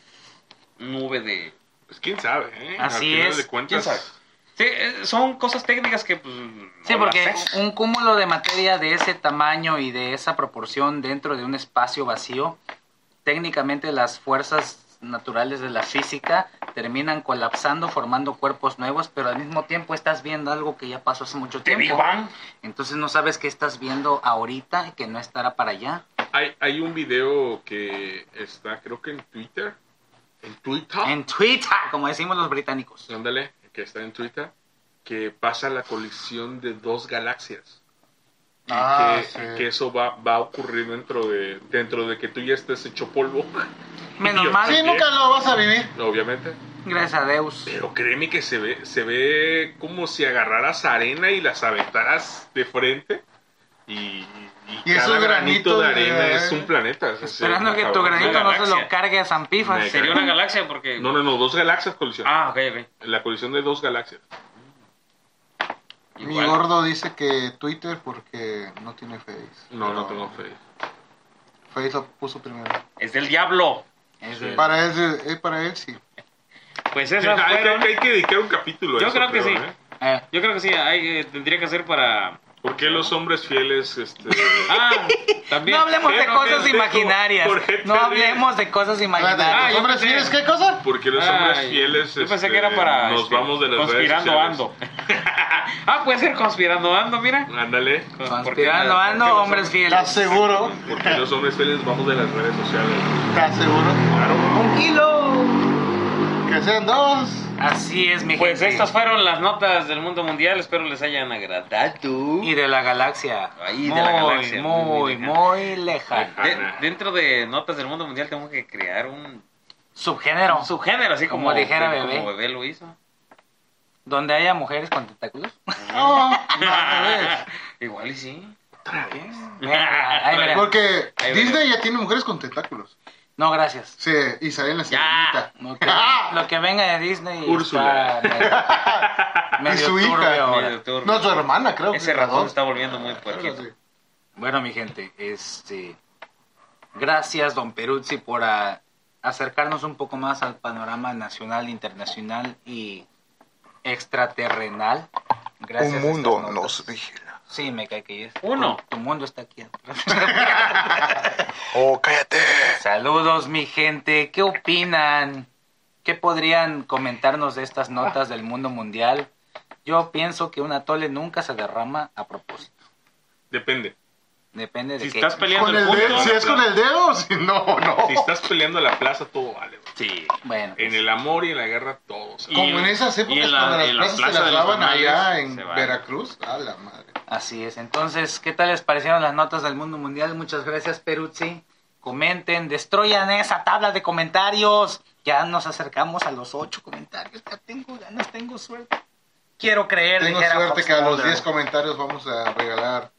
S6: nube de,
S9: Pues quién sabe, ¿eh?
S7: Así
S9: Al final
S7: es,
S9: de
S6: ¿Quién sabe?
S9: cuentas,
S6: Sí, eh, son cosas técnicas que pues,
S7: Sí,
S6: no
S7: porque
S6: las sé.
S7: un cúmulo de materia de ese tamaño y de esa proporción dentro de un espacio vacío, técnicamente las fuerzas naturales de la física terminan colapsando, formando cuerpos nuevos, pero al mismo tiempo estás viendo algo que ya pasó hace mucho
S6: de Big
S7: tiempo.
S6: Bang.
S7: Entonces no sabes qué estás viendo ahorita y que no estará para allá.
S9: hay, hay un video que está, creo que en Twitter. En Twitter.
S6: ¿Ah?
S7: En Twitter, como decimos los británicos.
S9: Ándale, que está en Twitter. Que pasa la colisión de dos galaxias. Y
S1: Ah,
S9: que,
S1: sí.
S9: y que eso va, va a ocurrir dentro de, dentro de que tú ya estés hecho polvo. [laughs]
S7: Menos
S9: Dios.
S7: mal,
S1: Sí, nunca lo vas a vivir.
S9: Obviamente.
S7: gracias a Deus.
S9: Pero créeme que se ve, se ve como si agarraras arena y las aventaras de frente. Y, y
S1: Y
S9: cada
S1: esos
S9: granito
S1: granitos
S9: de arena
S1: de-
S9: es un planeta. es decir,
S7: Esperando que tu
S9: cabrón.
S7: granito no se
S6: galaxia.
S7: lo cargue a San Pifas.
S9: Mega.
S6: Sería una galaxia porque...
S9: No, no, no, dos galaxias colisión.
S6: Ah, ok, ok.
S9: La colisión de dos galaxias.
S1: Mi
S6: Igual.
S1: gordo dice que Twitter porque no tiene Face.
S9: No, no
S1: Pero
S9: tengo fe.
S1: Face lo puso primero.
S6: Es del diablo.
S7: Es de-
S1: Para él, eh, para él sí.
S6: Pues
S9: Hay
S6: esas
S9: Ah, que,
S6: fueron...
S9: Ah, hay que dedicar un capítulo a
S6: Yo
S9: eso,
S6: creo que sí.
S9: ¿eh?
S7: Eh,
S6: Yo creo que sí, hay, eh, tendría que hacer para...
S9: ¿Por qué los hombres fieles,
S6: [laughs]
S9: este...
S6: Ah, también.
S7: no hablemos de
S9: pero que
S7: cosas
S9: te-
S7: imaginarias.
S9: ¿por qué te
S7: No
S9: ríes?
S7: hablemos de cosas
S1: Espérate,
S7: imaginarias.
S6: Ah, yo
S1: ¿Los hombres
S6: pensé-
S1: fieles qué cosa?
S9: Porque los hombres
S6: Ay,
S9: fieles...
S6: Yo pensé
S9: este,
S6: que era para...
S9: Nos
S6: este,
S9: vamos de las redes
S6: Conspirando
S9: sociales.
S6: ando. [laughs] ah, puede ser conspirando ando, mira.
S9: Ándale.
S7: Conspirando
S6: ¿Por qué-
S7: ando,
S6: por qué los
S7: hombres
S1: ¿Estás
S7: fieles.
S1: seguro?
S9: Porque los hombres fieles vamos de las redes sociales.
S1: ¿Estás seguro?
S9: Claro.
S7: Un kilo.
S1: Que sean dos.
S7: Así es, mi
S6: Pues
S7: gente.
S6: estas fueron las notas del mundo mundial, espero les hayan agradado.
S7: Y de la galaxia.
S6: Ahí, de
S7: muy,
S6: la galaxia, muy,
S7: Muy,
S6: muy
S7: muy lejana.
S6: De- dentro de notas del mundo mundial tengo que crear un,
S7: Subgénero.
S6: un subgénero, así como,
S7: Como dijera
S6: como-
S7: Bebé.
S6: como bebé lo hizo.
S7: Donde haya mujeres
S6: [laughs]
S7: con tentáculos.
S1: No,
S7: Ah,
S1: no, al revés.
S6: Ah, Igual y sí.
S7: Venga, ahí veremos.
S1: Porque
S6: Ahí
S1: Disney ya tiene mujeres con tentáculos.
S7: No, gracias.
S1: Sí, y sale en la
S6: Ya.
S1: sirenita. Ah,
S7: Lo que, lo que venga de Disney
S9: Úrsula.
S6: [laughs]
S7: está medio- medio
S1: Y su hija.
S7: turbio ahora.
S6: Medio turbio.
S1: No, su hermana, creo. que
S6: Ese
S1: era
S6: ratón
S1: dos.
S6: está volviendo muy
S1: Creo
S6: puerquito.
S1: que sí.
S7: Bueno, mi gente, este, gracias, don Peruzzi, por ah, acercarnos un poco más al panorama nacional, internacional y extraterrenal. Gracias a estas notas.
S10: vigila.
S7: Sí, me cae que es.
S6: Uno.
S7: Tu, tu mundo está aquí atrás. [laughs]
S10: Oh, cállate.
S7: Saludos, mi gente. ¿Qué opinan? ¿Qué podrían comentarnos de estas notas del mundo mundial? Yo pienso que un atole nunca se derrama a propósito.
S9: Depende.
S7: Depende de
S9: Si
S7: qué.
S9: estás peleando
S1: Con
S9: el
S1: el
S9: punto,
S1: dedo, si es con el dedo, [laughs] o si no, no.
S9: Si estás peleando en la plaza, todo vale. güey.
S6: Sí.
S7: Bueno, pues,
S9: En el amor y en la guerra, todo. sale.
S1: Como en esas
S6: y
S1: épocas
S6: en la-
S1: cuando las
S6: en la
S1: plazas se
S6: plaza de
S1: las
S6: los
S1: daban
S6: tamales
S1: allá en
S6: se va.
S1: Veracruz. A la madre.
S7: Así es. Entonces, ¿qué tal les parecieron las notas del mundo mundial? Muchas gracias, Peruzzi. Comenten, destroyan esa tabla de comentarios. Ya nos acercamos a los ocho comentarios. Ya tengo ganas, tengo suerte. Quiero creer.
S1: Tengo
S7: dijera
S1: suerte
S7: Fox
S1: que a los
S7: Mulder.
S1: 10 comentarios vamos a regalar.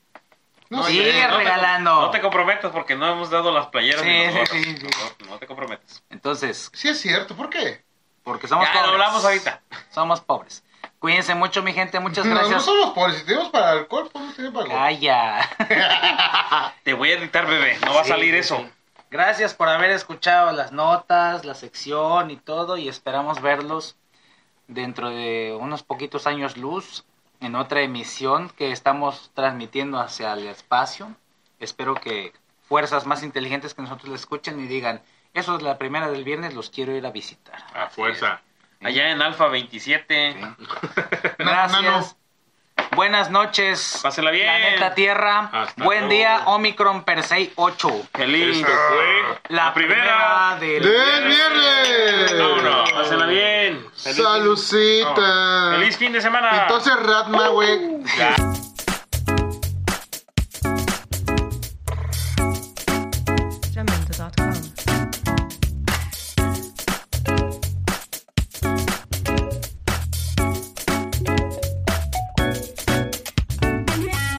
S1: No
S7: Sí,
S1: sé.
S6: te-
S7: regalando.
S6: no te comprometas porque no hemos dado las playeras.
S7: Sí,
S6: ni los
S7: sí,
S6: gorros.
S7: sí, sí.
S6: No, no te comprometas.
S7: Entonces,
S1: Sí es cierto, ¿por qué?
S7: porque somos
S6: Ya lo
S7: pobres.
S6: hablamos ahorita.
S7: Somos pobres. Cuídense mucho, mi
S1: [laughs]
S7: gente. Muchas
S1: No, no
S7: gracias.
S1: somos pobres, si tenemos para alcohol, podemos tener para alcohol.
S7: Calla.
S6: Te voy a editar, bebé. No va a
S7: Sí,
S6: salir
S7: sí,
S6: eso.
S7: sí. Gracias por haber escuchado las notas, la sección y todo y esperamos verlos dentro de unos poquitos años luz en otra emisión que estamos transmitiendo hacia el espacio. Espero que fuerzas más inteligentes que nosotros les escuchen y digan, eso es la primera del viernes, los quiero ir a visitar.
S9: A fuerza.
S6: Allá en Alfa 27.
S7: Gracias.
S1: No, no,
S7: Buenas noches.
S6: Pásela bien.
S7: Planeta Tierra.
S9: Hasta
S7: Buen
S9: luego.
S7: día, Omicron Persei 8.
S6: Feliz.
S9: Esto fue...
S7: La,
S6: La
S7: primera,
S6: primera
S7: del
S1: ¡Del viernes!
S9: Vámonos.
S6: Pásela bien. Feliz-
S1: ¡Salucita!
S6: Feliz fin de semana.
S1: Entonces, Ratma, güey.